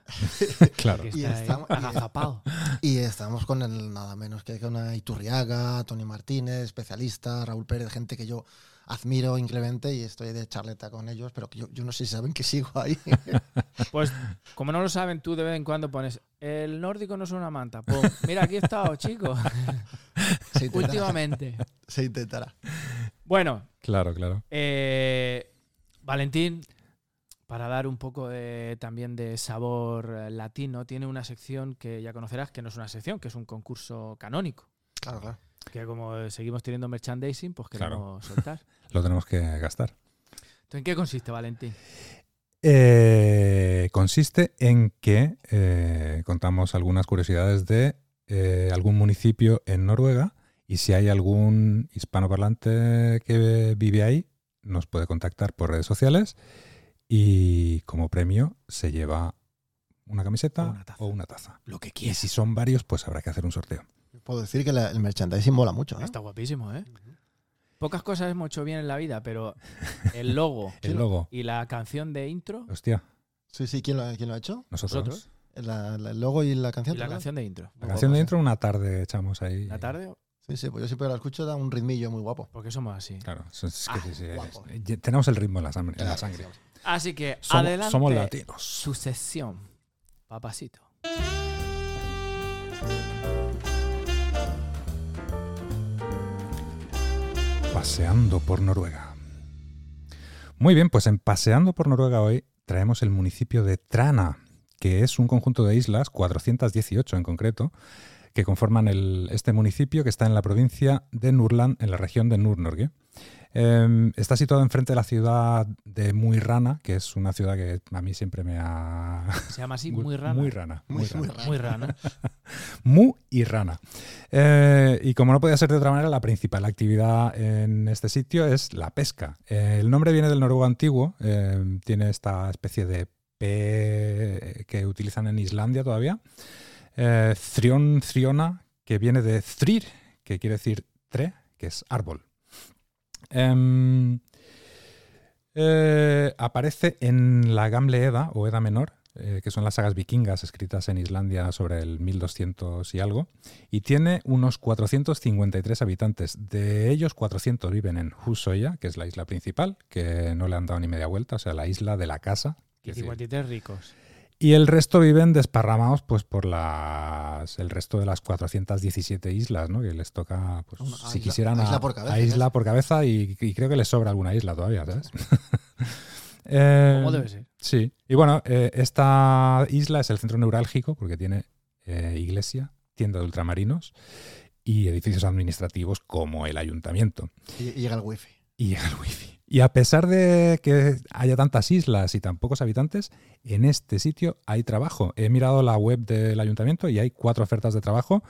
D: Claro.
C: Que
E: Y
C: está ahí
E: estamos- y-
C: agazapado.
E: Y estamos con el- nada menos que con a Iturriaga, Tony Martínez, especialista, Raúl Pérez, gente que yo admiro incremente y estoy de charleta con ellos, pero que yo, yo no sé si saben que sigo ahí.
C: Pues, como no lo saben, tú de vez en cuando pones el nórdico no es una manta. Pum, mira, aquí he estado, chicos.
E: Se intentará.
C: Últimamente.
E: Se intentará.
C: Bueno,
D: Claro, claro.
C: Eh, Valentín, para dar un poco de, también de sabor eh, latino, tiene una sección que ya conocerás, que no es una sección, que es un concurso canónico.
E: Claro, claro.
C: Que como eh, seguimos teniendo merchandising, pues
D: Claro.
C: queremos soltar.
D: Lo tenemos que gastar.
C: Entonces, ¿En qué consiste, Valentín?
D: Eh, consiste en que eh, contamos algunas curiosidades de eh, algún municipio en Noruega y si hay algún hispanoparlante que vive ahí, nos puede contactar por redes sociales y como premio se lleva una camiseta
C: O una taza.
D: o una taza.
C: Lo que
D: Y si son varios, pues habrá que hacer un sorteo.
E: Puedo decir que la- el merchandising mola mucho.
D: ¿Ah?
E: ¿eh?
C: Está guapísimo, ¿eh? Pocas cosas hemos hecho bien en la vida, pero el logo
D: El logo.
C: y la canción de intro,
D: Hostia,
E: Sí, sí, ¿quién lo, quién lo ha hecho?
D: nosotros.
C: nosotros,
E: La- la- el logo y la
C: y
E: canción.
C: la
E: ¿verdad?
C: canción de intro.
D: La canción de intro una tarde echamos ahí.
C: La tarde,
E: Sí, sí, pues yo siempre la escucho, da un ritmillo muy guapo.
C: porque somos así.
D: Claro, es que
E: Ah,
D: sí, sí, es-
E: guapo.
D: eh, tenemos el ritmo en la sangre. en la sangre.
C: Así que
D: Somo-
C: adelante.
D: somos latinos.
C: su sesión, papacito.
D: Paseando por Noruega. Muy bien, pues en Paseando por Noruega hoy traemos el municipio de Trana, que es un conjunto de islas, 418 en concreto, que conforman el- este municipio que está en la provincia de Nurland, en la región de Nurnorge. Em, está situado enfrente de la ciudad de Muy Rana, que es una ciudad que a mí siempre me ha...
C: Se llama así, muy, rana.
D: Muy rana.
E: Muy, muy
D: rana.
E: raro.
C: Muy rana.
D: Mu y Rana. Eh, y como no podía ser de otra manera, la principal actividad en este sitio es la pesca. Eh, el nombre viene del noruego antiguo, eh, tiene esta especie de P que utilizan en Islandia todavía. Eh, Thrion, Thriona, que viene de Thrir, que quiere decir tre, que es árbol. Em, eh, aparece en la Gamle Edda o Edda Menor, eh, que son las sagas vikingas escritas en Islandia sobre el 1200 y algo, y tiene unos 453 habitantes. De ellos, 400 viven en Husoya, que es la isla principal, que no le han dado ni media vuelta, o sea, la isla de la casa.
C: Y
D: quiero decir, Eh,
C: 53 ricos.
D: y el resto viven desparramados pues por las el resto de las 417 islas, ¿no? Que les toca pues,
E: Una
D: si
E: isla-
D: quisieran
E: isla por cabeza,
D: isla
C: ¿eh?
E: ¿sabes?
D: por cabeza y, y creo que les sobra alguna isla todavía, ¿sabes? Eh,
C: ¿Cómo debe ser?
D: Sí. Y bueno, eh, esta isla es el centro neurálgico porque tiene eh, iglesia, tienda de ultramarinos y edificios administrativos como el ayuntamiento
E: Y, y llega el wifi.
D: y el wifi. Y a pesar de que haya tantas islas y tan pocos habitantes, en este sitio hay trabajo. He mirado la web del ayuntamiento y hay cuatro ofertas de trabajo,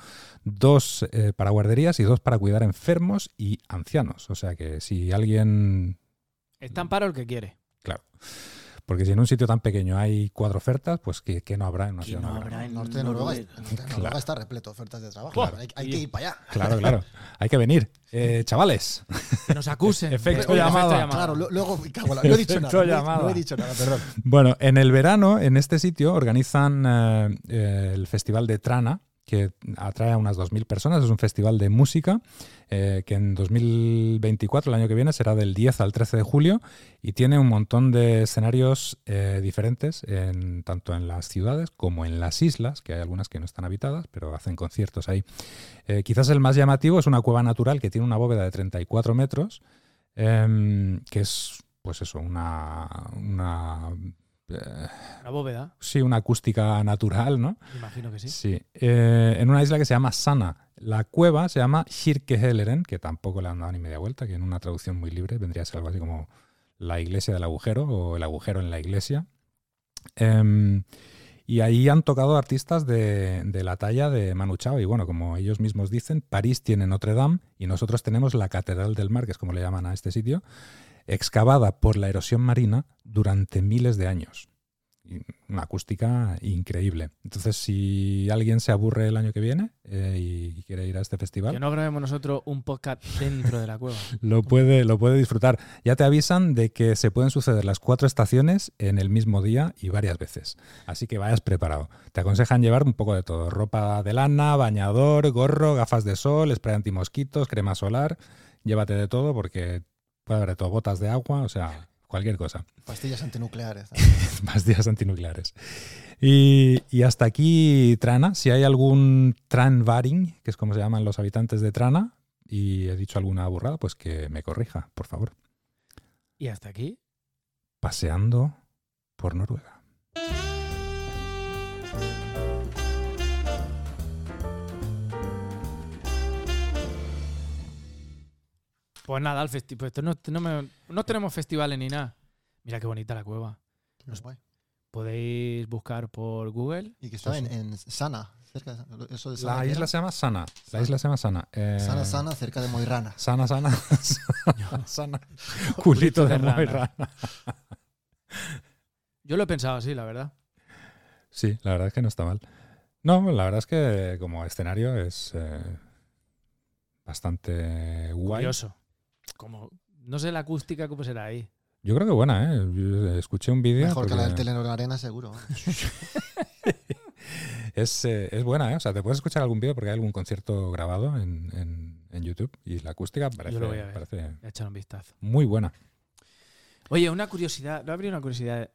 D: dos eh, para guarderías y dos para cuidar enfermos y ancianos. O sea que si alguien mm.
C: Está en paro el que quiere.
D: Claro. Porque si en un sitio tan pequeño hay cuatro ofertas, pues ¿qué, qué no habrá en una
C: ¿Qué
D: ciudad?
C: no
D: tan
C: habrá
D: grande?
E: El
C: en
E: norte de Noruega, el norte de Noruega
D: Claro.
E: está repleto de ofertas de trabajo.
D: Claro.
E: Hay, hay que ir para allá.
D: Claro, claro. Hay que venir. Eh, chavales,
C: Que nos acusen.
D: Efecto
C: Eh,
D: llamada.
E: Claro, lo- luego me cago en la- no he dicho
D: Efecto
E: nada. no he-
D: llamada.
E: No he dicho nada, perdón.
D: Bueno, en el verano, en este sitio, organizan eh, eh, el Festival de Trana, que atrae a unas 2.000 personas. Es un festival de música eh, que en 2024, el año que viene, será del 10 al 13 de julio y tiene un montón de escenarios eh, diferentes, en, tanto en las ciudades como en las islas, que hay algunas que no están habitadas, pero hacen conciertos ahí. Eh, quizás el más llamativo es una cueva natural que tiene una bóveda de 34 metros, em, que es, pues eso, una- una eh,
C: Una bóveda,
D: sí, una acústica natural, ¿no?
C: me imagino que sí.
D: Eh, en una isla que se llama Sana. La cueva se llama Schirkeheleren, que tampoco le han dado ni media vuelta, que en una traducción muy libre vendría a ser algo así como la iglesia del agujero o el agujero en la iglesia. Em, y ahí han tocado artistas de, de la talla de Manu Chao. Y bueno, como ellos mismos dicen, París tiene Notre Dame y nosotros tenemos la Catedral del Mar, que es como le llaman a este sitio, excavada por la erosión marina durante miles de años. Y una acústica increíble. Entonces, si alguien se aburre el año que viene eh, y quiere ir a este festival,
C: Que no grabemos nosotros un podcast dentro de la cueva.
D: lo puede, lo puede disfrutar. Ya te avisan de que se pueden suceder las cuatro estaciones en el mismo día y varias veces. Así que vayas preparado. Te aconsejan llevar un poco de todo: ropa de lana, bañador, gorro, gafas de sol, spray antimosquitos, crema solar. Llévate de todo porque puede haber de todo: botas de agua, o sea, cualquier cosa.
E: Pastillas antinucleares.
D: más días antinucleares. Y, y hasta aquí Trana. Si hay algún Tranvaring, que es como se llaman los habitantes de Trana, y he dicho alguna burrada, pues que me corrija, por favor.
C: Y hasta aquí.
D: Paseando por Noruega.
C: Pues nada, al festival. no, no me- no tenemos festivales ni nada. Mira qué bonita la cueva.
E: Qué guay.
C: Podéis buscar por Google.
E: Y que estaba en, en Sana, cerca de eso de Sana.
D: La
E: ¿qué
D: isla
E: era?
D: se llama Sana. La isla se llama Sana. Eh,
E: Sana, Sana, cerca de Moirana.
D: Sana, sana. Sana, sana. Culito de
C: de rana.
D: Moira.
C: Yo lo he pensado así, la verdad.
D: Sí, la verdad es que no está mal. No, la verdad es que como escenario es eh, bastante guay.
C: Curioso. Como, no sé la acústica cómo será ahí.
D: Yo creo que buena, ¿eh? Yo Escuché un vídeo.
E: Mejor que la del
D: porque
E: Telenor Arena, seguro.
D: Es, eh, es buena, ¿eh? O sea, te puedes escuchar algún vídeo porque hay algún concierto grabado en, en- en YouTube y la acústica parece,
C: lo voy a ver.
D: parece
C: Voy a echar un vistazo.
D: muy buena.
C: Oye, una curiosidad. No habría una curiosidad.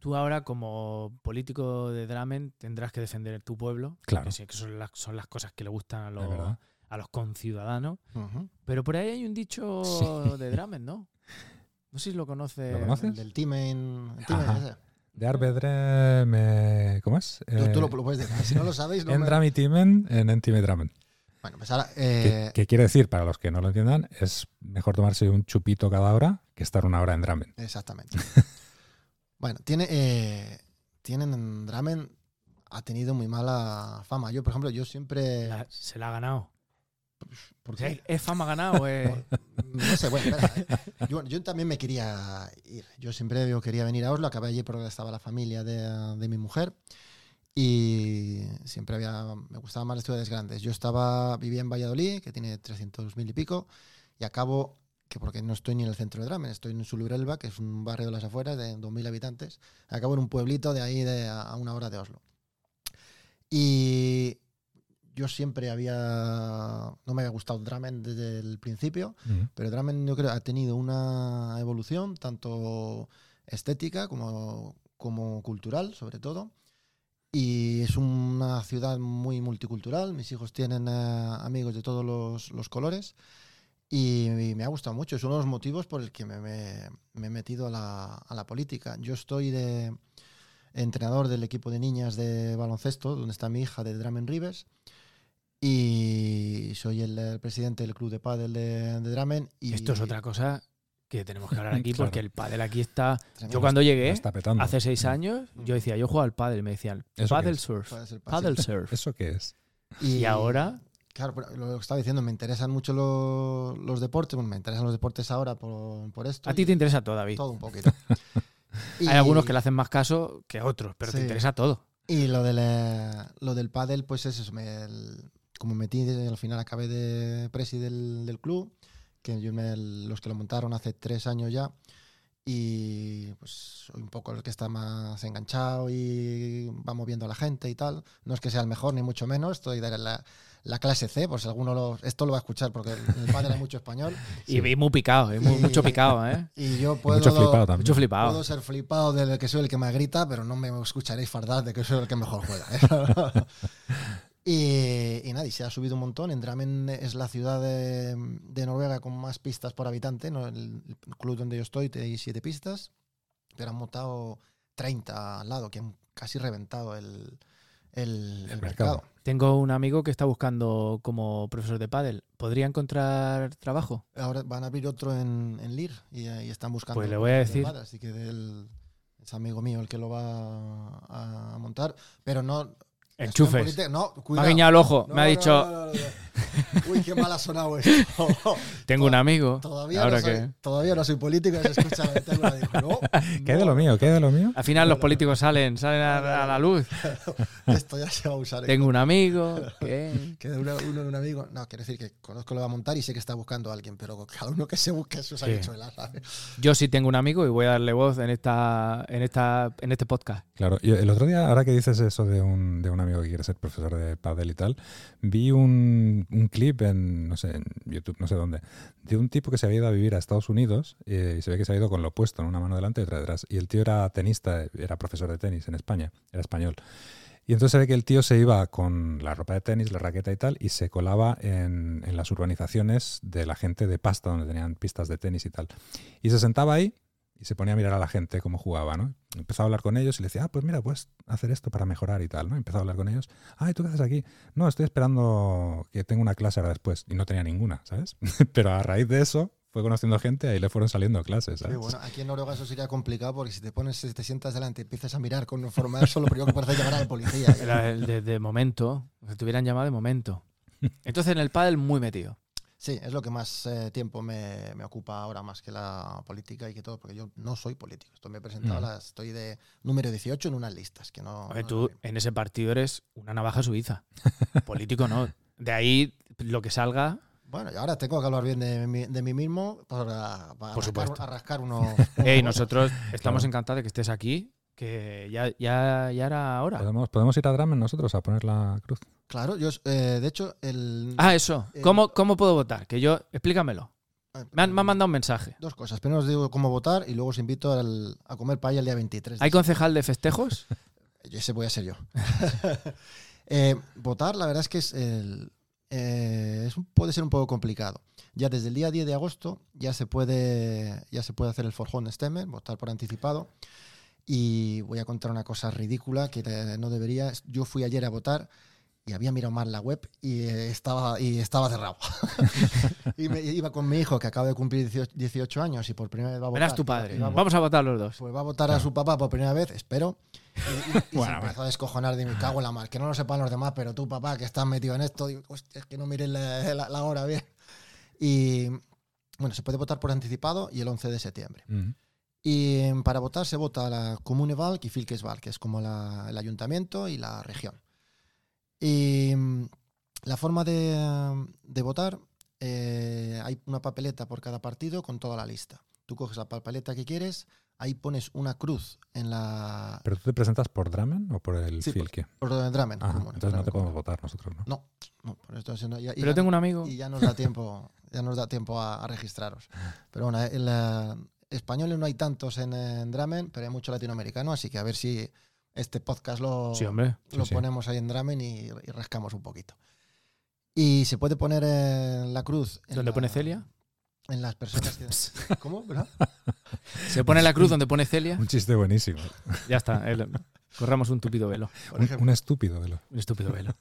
C: Tú ahora, como político de Dramen, tendrás que defender tu pueblo.
D: Claro.
C: Que sí, que son las, son las cosas que le gustan a
D: Es verdad.
C: los, a los conciudadanos.
E: Ujú.
C: Pero por ahí hay un dicho
D: Sí.
C: de Dramen, ¿no? No sé si lo conoce.
D: ¿Lo conoces?
E: El del Timen. el Timen
D: Ajá.
E: ese.
D: De Arbedre, me- ¿cómo es?
E: Tú, tú lo,
D: Eh,
E: lo puedes decir. Si no lo sabéis, no
D: en
E: me-
D: Dramitimen, en Entimedrammen.
E: Bueno, pues ahora.
D: Que,
E: eh,
D: que quiere decir, para los que no lo entiendan, es mejor tomarse un chupito cada hora que estar una hora en Dramen.
E: Exactamente. bueno, tiene, eh, tienen Dramen ha tenido muy mala fama. Yo, por ejemplo, yo siempre.
C: La- se la ha ganado.
E: ¿Por
C: ¿Es,
E: qué?
C: es fama ganada o es.?
E: No sé, bueno, espera, eh. yo, yo también me quería ir. Yo siempre yo quería venir a Oslo, acabé allí porque estaba la familia de, de mi mujer y siempre había, me gustaban más las ciudades grandes. Yo estaba, vivía en Valladolid, que tiene 300.000 y pico, y acabo, que porque no estoy ni en el centro de Dramen, estoy en Sulubrelva, que es un barrio de las afueras de 2.000 habitantes, acabo en un pueblito de ahí de, a una hora de Oslo. Y yo siempre había, no me había gustado Dramen desde el principio,
D: Mm.
E: pero Dramen yo creo ha tenido una evolución tanto estética como, como cultural, sobre todo. Y es una ciudad muy multicultural. Mis hijos tienen eh, amigos de todos los, los colores. Y, y me ha gustado mucho. Es uno de los motivos por el que me, me- me he metido a la, a la política. Yo estoy de entrenador del equipo de niñas de baloncesto, donde está mi hija de Dramen Rivers. Y soy el, eh, presidente del club de pádel de, de Dramen. Y
C: Esto es otra cosa que tenemos que hablar aquí
D: Claro.
C: porque el pádel aquí está.
E: Tremendo.
C: Yo cuando
D: Lo
C: llegué,
D: está petando.
C: hace seis años, yo decía, yo juego al pádel y me decían,
D: Mm. ¿Eso qué
C: paddle
D: es?
C: surf,
E: Puede ser fácil.
C: paddle surf.
D: ¿Eso qué es?
C: Y ahora,
E: Claro, pero lo que estaba diciendo, me interesan mucho lo- los deportes. Bueno, me interesan los deportes ahora por, por esto.
C: a ti
E: y
C: te interesa todo, David.
E: Todo un poquito. Y-
C: Hay algunos que le hacen más caso que otros, pero te
E: Sí.
C: interesa todo.
E: Y lo, de la- lo del pádel, pues es eso. me- el- como metí, al final acabé de presi del, del club, que yo me- los que lo montaron hace tres años ya. Y pues soy un poco el que está más enganchado y va moviendo a la gente y tal. No es que sea el mejor, ni mucho menos. Estoy de la, la clase C, por si alguno lo- esto lo va a escuchar, porque en el pádel hay mucho español.
C: Y, y muy picado, y muy-
E: Y-
C: mucho picado, ¿eh?
E: Y yo
D: Y
E: puedo,
D: mucho flipado también.
C: Mucho flipado.
E: puedo ser flipado de que soy el que más grita, pero no me escucharéis fardar de que soy el que mejor juega. ¿eh? y, y nada, y se ha subido un montón. En Drammen es la ciudad de, de Noruega con más pistas por habitante. ¿no? El, el club donde yo estoy tiene siete pistas, pero han montado 30 al lado, que han casi reventado el, el-
D: mercado.
E: el mercado.
C: Tengo un amigo que está buscando como profesor de pádel. ¿Podría encontrar trabajo?
E: Ahora van a abrir otro en, en Lir y, eh, y están buscando.
C: Pues le
E: un
C: voy a
E: profesor de
C: decir.
E: pádel, así que del- es amigo mío el que lo va a montar. Pero no. Estoy en
C: Enchufes.
E: política- No,
C: Me
E: cuidado.
C: ha guiñado el ojo.
E: No,
C: me ha
E: no,
C: dicho,
E: no, no, no, no. Uy, qué mal ha sonado esto.
C: tengo un amigo.
E: Todavía,
C: ahora
E: no soy,
C: que...
E: todavía no soy político y se escucha la ventana y digo, no,
D: ¿Qué hay de lo mío? ¿Qué hay de lo mío?
C: Al final los políticos salen, salen a, a la luz.
E: esto ya se va a usar. ¿eh?
C: Tengo un amigo que...
E: Que de uno, uno de un amigo. No, quiero decir que conozco lo va a montar y sé que está buscando a alguien, pero cada uno que se busque eso se ha
C: Sí.
E: hecho el ¿sabes?
C: Yo sí tengo un amigo y voy a darle voz en esta, en esta, en este podcast.
D: Claro, y el otro día, ahora que dices eso de un, de un amigo que quiere ser profesor de pádel y tal, vi un, un clip en, no sé, en YouTube, no sé dónde, de un tipo que se había ido a vivir a Estados Unidos eh, y se ve que se ha ido con lo opuesto, en una mano delante y otra detrás. Y el tío era tenista, era profesor de tenis en España, era español. Y entonces se ve que el tío se iba con la ropa de tenis, la raqueta y tal, y se colaba en, en las urbanizaciones de la gente de pasta, donde tenían pistas de tenis y tal. Y se sentaba ahí y se ponía a mirar a la gente cómo jugaba, ¿no? Empezaba a hablar con ellos y le decía, ah, pues mira, puedes hacer esto para mejorar y tal, ¿no? Empezaba a hablar con ellos, ah, ¿y tú qué haces aquí? No, estoy esperando que tenga una clase ahora después. Y no tenía ninguna, ¿sabes? Pero a raíz de eso fue conociendo gente, ahí le fueron saliendo clases,
E: Sí,
D: ¿sabes?
E: bueno, aquí en Noruega eso sería complicado porque si te pones, si te sientas delante y empiezas a mirar con uniformado, eso lo primero que parece es llamar a la policía.
C: Era el de, de momento. Se te hubieran llamado de momento. Entonces en el pádel muy metido.
E: Sí, es lo que más eh, tiempo me, me ocupa ahora más que la política y que todo, porque yo no soy político. Esto me he presentado,
D: Mm.
E: a las- estoy de número 18 en unas listas que no.
C: A ver,
E: no
C: tú
E: es lo mismo.
C: en ese partido eres una navaja suiza. Político no. De ahí lo que salga.
E: Bueno, y ahora tengo que hablar bien de mí, de mí mismo para, para
C: Por
E: rascar-
C: supuesto.
E: a rascar unos.
C: Ey,
E: unos-
C: nosotros estamos encantados de que estés aquí. Que ya, ya, ya era hora.
D: ¿Podemos, podemos ir a Dramen nosotros a poner la cruz.
E: Claro, yo, eh, de hecho, el.
C: Ah, eso.
E: Eh,
C: ¿Cómo, ¿Cómo puedo votar? Que yo. Explícamelo.
E: eh,
C: Me han, me han mandado un mensaje.
E: Dos cosas. Primero os digo cómo votar y luego os invito al- a comer paella el día 23. de
C: ¿Hay concejal de festejos?
E: Yo- Ese voy a ser yo. Eh, votar, la verdad es que es el- eh, es un- puede ser un poco complicado. Ya desde el día 10 de agosto ya se puede, ya se puede hacer el forjón de Stemmer, votar por anticipado. Y voy a contar una cosa ridícula que eh, no debería. Yo fui ayer a votar y había mirado mal la web y eh, estaba, y estaba cerrado. y me iba con mi hijo que acaba de cumplir 18 18 años y por primera vez va a votar.
C: Verás tu padre.
E: Iba a
C: Vamos a votar los dos.
E: pues va a votar a su papá por primera vez, espero. Y, y- y
D: Bueno,
E: se empezó a descojonar de mi cago en la mar. Que no lo sepan los demás, pero tú, papá, que estás metido en esto, digo, "Hostia, es que no mires la, la- la hora bien. Y bueno, se puede votar por anticipado y el 11 de septiembre.
D: Mm.
E: Y em, para votar se vota la Comune Valk y Fylkesvalk, que es como la- el ayuntamiento y la región. Y em, la forma de, mm, de votar, eh, hay una papeleta por cada partido con toda la lista. Tú coges la papeleta que quieres, ahí pones una cruz en la...
D: ¿Pero tú te presentas por Dramen o por el
E: Sí, por-
D: Filke?
E: por donde Dramen.
D: Ajá,
E: Comune,
D: entonces no
E: Dramen
D: te podemos
E: Comune.
D: votar nosotros, ¿no?
E: No, no, por esto si no- ya- y
C: Pero
E: ya-
C: tengo un amigo.
E: y ya nos da tiempo, ya nos da tiempo a, a registraros. Pero bueno, en la- españoles no hay tantos en, eh, en Dramen, pero hay mucho latinoamericano, así que a ver si este podcast lo,
C: Sí, hombre.
E: lo
D: Sí, sí.
E: ponemos ahí en Dramen y, y rascamos un poquito. Y se puede poner eh, la cruz. en
C: ¿Dónde
E: la-
C: pone Celia?
E: En las personas que. ¿Cómo? ¿Verdad?
C: Se pone la cruz donde pone Celia.
D: Un chiste buenísimo.
C: Ya está. el- corramos un tupido velo.
E: Por
D: Un,
E: ejemplo.
D: un estúpido de lo.
C: Un estúpido velo.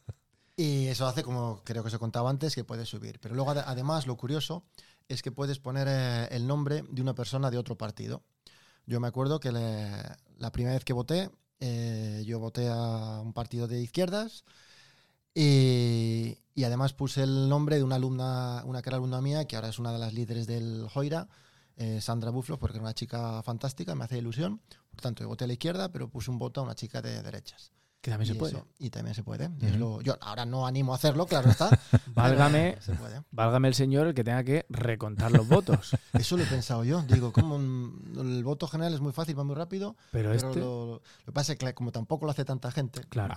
E: Y eso hace, como creo que se contaba antes, que puedes subir. Pero luego, ade- además, lo curioso es que puedes poner eh, el nombre de una persona de otro partido. Yo me acuerdo que le- la primera vez que voté, eh, yo voté a un partido de izquierdas y, y además puse el nombre de una alumna, una que era alumna mía, que ahora es una de las líderes del Joira, eh, Sandra Buflos, porque era una chica fantástica, me hace ilusión. Por tanto, yo voté a la izquierda, pero puse un voto a una chica de derechas.
C: Que también se
E: Y
C: puede.
E: eso- y también se puede. Y es lo- yo ahora no animo a hacerlo, claro está. pero
C: Válgame.
E: Se puede.
C: Válgame el señor el que tenga que recontar los votos.
E: Eso lo he pensado yo. Digo, como un- el voto general es muy fácil, va muy rápido.
C: Pero
E: Pero
C: este.
E: lo, lo que pasa es que como tampoco lo hace tanta gente,
C: Claro.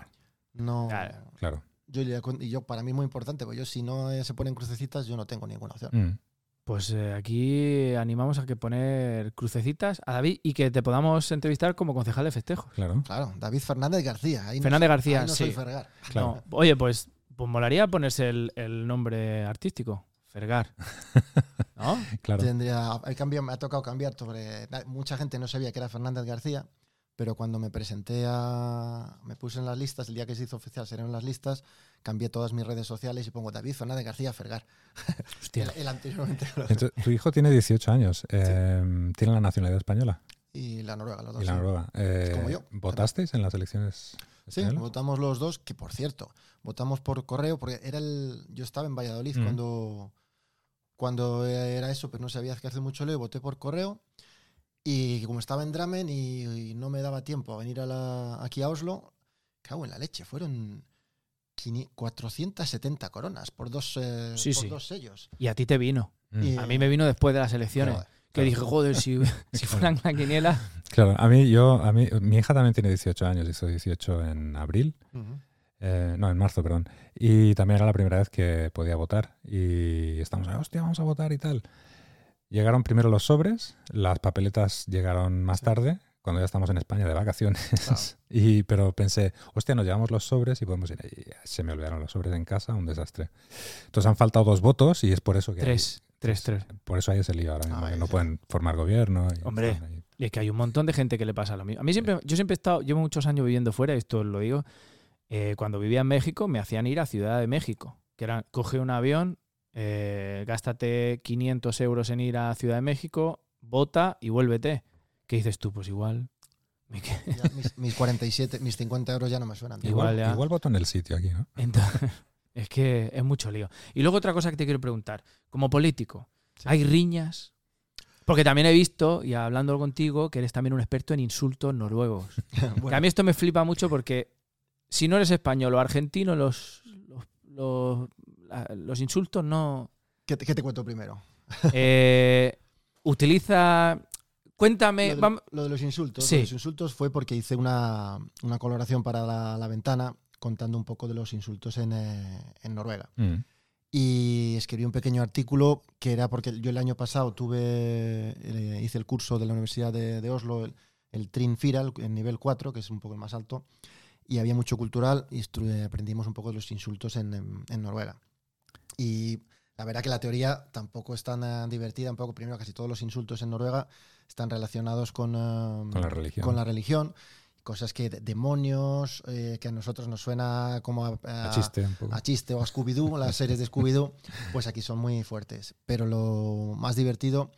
E: no.
C: Claro.
D: Claro.
E: Yo, le- y yo para mí es muy importante, porque yo si no eh, se ponen crucecitas, yo no tengo ninguna opción.
D: Mm.
C: Pues eh, aquí animamos a que poner crucecitas a David y que te podamos entrevistar como concejal de festejos.
D: Claro.
E: Claro, David Fernández García. Ahí no
C: Fernández
E: soy-
C: García,
E: ahí no
C: sí.
E: soy Fergar.
D: Claro.
C: No. Oye, pues, pues molaría ponerse el, el nombre artístico. Fergar. ¿No?
D: Claro.
E: Tendría, hay cambio, me ha tocado cambiar sobre. na- Mucha gente no sabía que era Fernández García, pero cuando me presenté a. Me puse en las listas, el día que se hizo oficial serán las listas, cambié todas mis redes sociales y pongo David Fernández García Fergar.
C: Hostia.
E: El, el anteriormente.
D: Entonces, tu hijo tiene 18 años. eh, Tiene la nacionalidad española
E: Y la Noruega, los dos.
D: y la
E: Ah, sí.
D: noruega. Eh,
E: Como yo.
D: ¿Votasteis en las elecciones
E: Sí,
D: Claro.
E: votamos los dos, que por cierto, votamos por correo, porque era el. Yo estaba en Valladolid
D: Mm.
E: cuando, cuando era eso, pero no sabía que hace mucho leo, voté por correo. Y como estaba en Dramen y, y no me daba tiempo a venir a la, aquí a Oslo, cago en la leche, fueron quini- 470 coronas por dos, eh,
C: Sí,
E: por
C: sí.
E: dos sellos.
C: Y a ti te vino.
D: Mm.
E: Y-
C: A mí me vino después de las elecciones.
E: Joder,
C: que dije, joder, si, si fueran la quiniela.
D: Claro, a mí, yo, a mí, mi hija también tiene 18 años, hizo 18 en abril,
E: Ujú.
D: eh, no, en marzo, perdón. Y también era la primera vez que podía votar. Y estamos, ah, hostia, vamos a votar y tal. Llegaron primero los sobres, las papeletas llegaron más tarde, cuando ya estamos en España de vacaciones. y, pero pensé, hostia, nos llevamos los sobres y podemos ir. Y se me olvidaron los sobres en casa, un desastre. Entonces han faltado dos votos y es por eso que... hay-
C: Tres, tres, tres.
D: por eso hay ese lío ahora mismo,
E: Ah,
D: que
E: ahí
D: no
E: sí.
D: pueden formar gobierno. y
C: Hombre.
D: están ahí.
C: Y es que hay un montón de gente que le pasa lo mismo. A mí siempre, yo siempre he estado, llevo muchos años viviendo fuera, esto os lo digo. Eh, cuando vivía en México me hacían ir a Ciudad de México, que era, coge un avión, eh, gástate 500 euros en ir a Ciudad de México, vota y vuélvete. ¿Qué dices tú? Pues igual. me que-
E: Ya mis, mis 47, mis 50 euros ya no me suenan. tío.
C: Igual ya.
D: igual voto en el sitio aquí, ¿no?
C: Entonces, es que es mucho lío. Y luego otra cosa que te quiero preguntar, como político,
E: Sí.
C: ¿hay riñas? Porque también he visto, y hablando contigo, que eres también un experto en insultos noruegos. Que a mí esto me flipa mucho porque si no eres español o argentino, los, los, los- la- los insultos no...
E: ¿Qué, te- qué te cuento primero?
C: Eh, utiliza...
E: Lo
C: Cuéntame...
E: de,
C: vam-
E: lo de los insultos.
C: Sí.
E: lo de los insultos fue porque hice una, una coloración para la, la ventana contando un poco de los insultos en, eh, en Noruega.
D: Mm.
E: Y escribí un pequeño artículo que era porque yo el año pasado tuve, eh, hice el curso de la Universidad de, de Oslo, el, el Trin Fira, el, el nivel 4, que es un poco el más alto, y había mucho cultural y estru- eh, aprendimos un poco de los insultos en, en- en Noruega. Y la verdad que la teoría tampoco es tan eh, divertida, un poco primero casi todos los insultos en Noruega están relacionados con, eh,
D: Con la religión.
E: con la religión, cosas que de- demonios, eh, que a nosotros nos suena como a-
D: A
E: a-
D: chiste un poco.
E: a Chiste o a Scooby-Doo, las series de Scooby-Doo, pues aquí son muy fuertes. Pero lo más divertido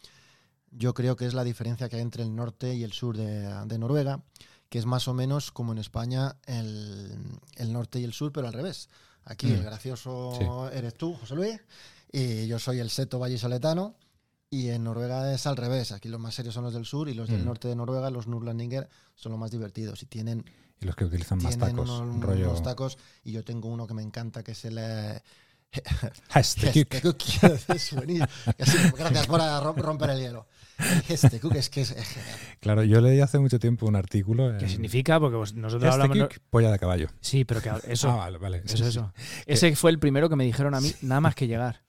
E: yo creo que es la diferencia que hay entre el norte y el sur de, de Noruega, que es más o menos como en España el, el norte y el sur, pero al revés. Aquí
D: Mm.
E: el gracioso
D: Sí.
E: eres tú, José Luis, y yo soy el seto vallisoletano. Y en Noruega es al revés. Aquí los más serios son los del sur y los del
D: Mm.
E: norte de Noruega, los Nurlandinger, son los más divertidos y tienen
D: Y los que utilizan más
E: tienen
D: tacos.
E: unos,
D: un rollo.
E: unos tacos y yo tengo uno que me encanta que es el eh,
D: Hashtag.
E: Hestekuk. Es buenísimo. Así, Gracias por eh, rom- romper el hielo. El Hestekuk es que eh, es, es genial.
D: Claro, yo leí hace mucho tiempo un artículo. en-
C: ¿Qué significa? Porque vos- nosotros
D: Hashtag
C: hablamos... nor-
D: polla de caballo.
C: Sí, pero que eso...
D: este Ah, vale, vale. Sí,
C: Eso,
D: sí,
C: eso. Ese fue el primero que me dijeron a mí, nada más que llegar.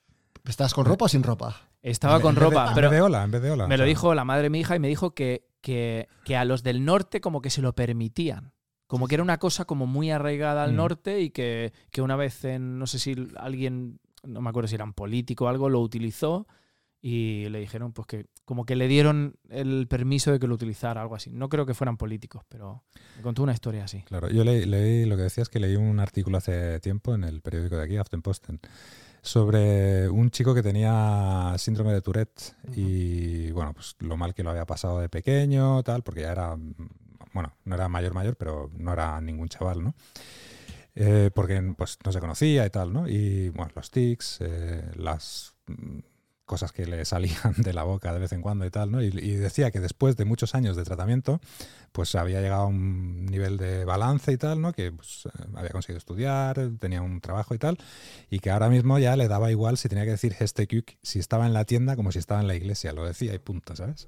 E: ¿Estás con ropa o sin ropa?
C: Estaba con
D: En vez de-
C: ropa,
D: en
C: pero
D: vez de hola, en vez de hola.
C: me lo
D: O sea,
C: dijo la madre de mi hija y me dijo que, que, que a los del norte como que se lo permitían. Como que era una cosa como muy arraigada al
D: Mm.
C: norte y que, que una vez en, no sé si alguien, no me acuerdo si era un político o algo, lo utilizó y le dijeron pues que como que le dieron el permiso de que lo utilizara, algo así. No creo que fueran políticos, pero me contó una historia así.
D: Claro, yo leí, leí- lo que decías que leí un artículo hace tiempo en el periódico de aquí, Aftenposten, sobre un chico que tenía síndrome de Tourette y bueno, pues lo mal que lo había pasado de pequeño, tal, porque ya era, mm, bueno, no era mayor mayor, pero no era ningún chaval, ¿no? Eh, porque pues no se conocía y tal, ¿no? Y bueno, los tics, eh, las mm, cosas que le salían de la boca de vez en cuando y tal, ¿no? Y- y decía que después de muchos años de tratamiento, pues había llegado a un nivel de balance y tal, ¿no? Que pues, eh, había conseguido estudiar, eh, tenía un trabajo y tal, y que ahora mismo ya le daba igual si tenía que decir este kick si estaba en la tienda como si estaba en la iglesia, lo decía y punto, ¿sabes?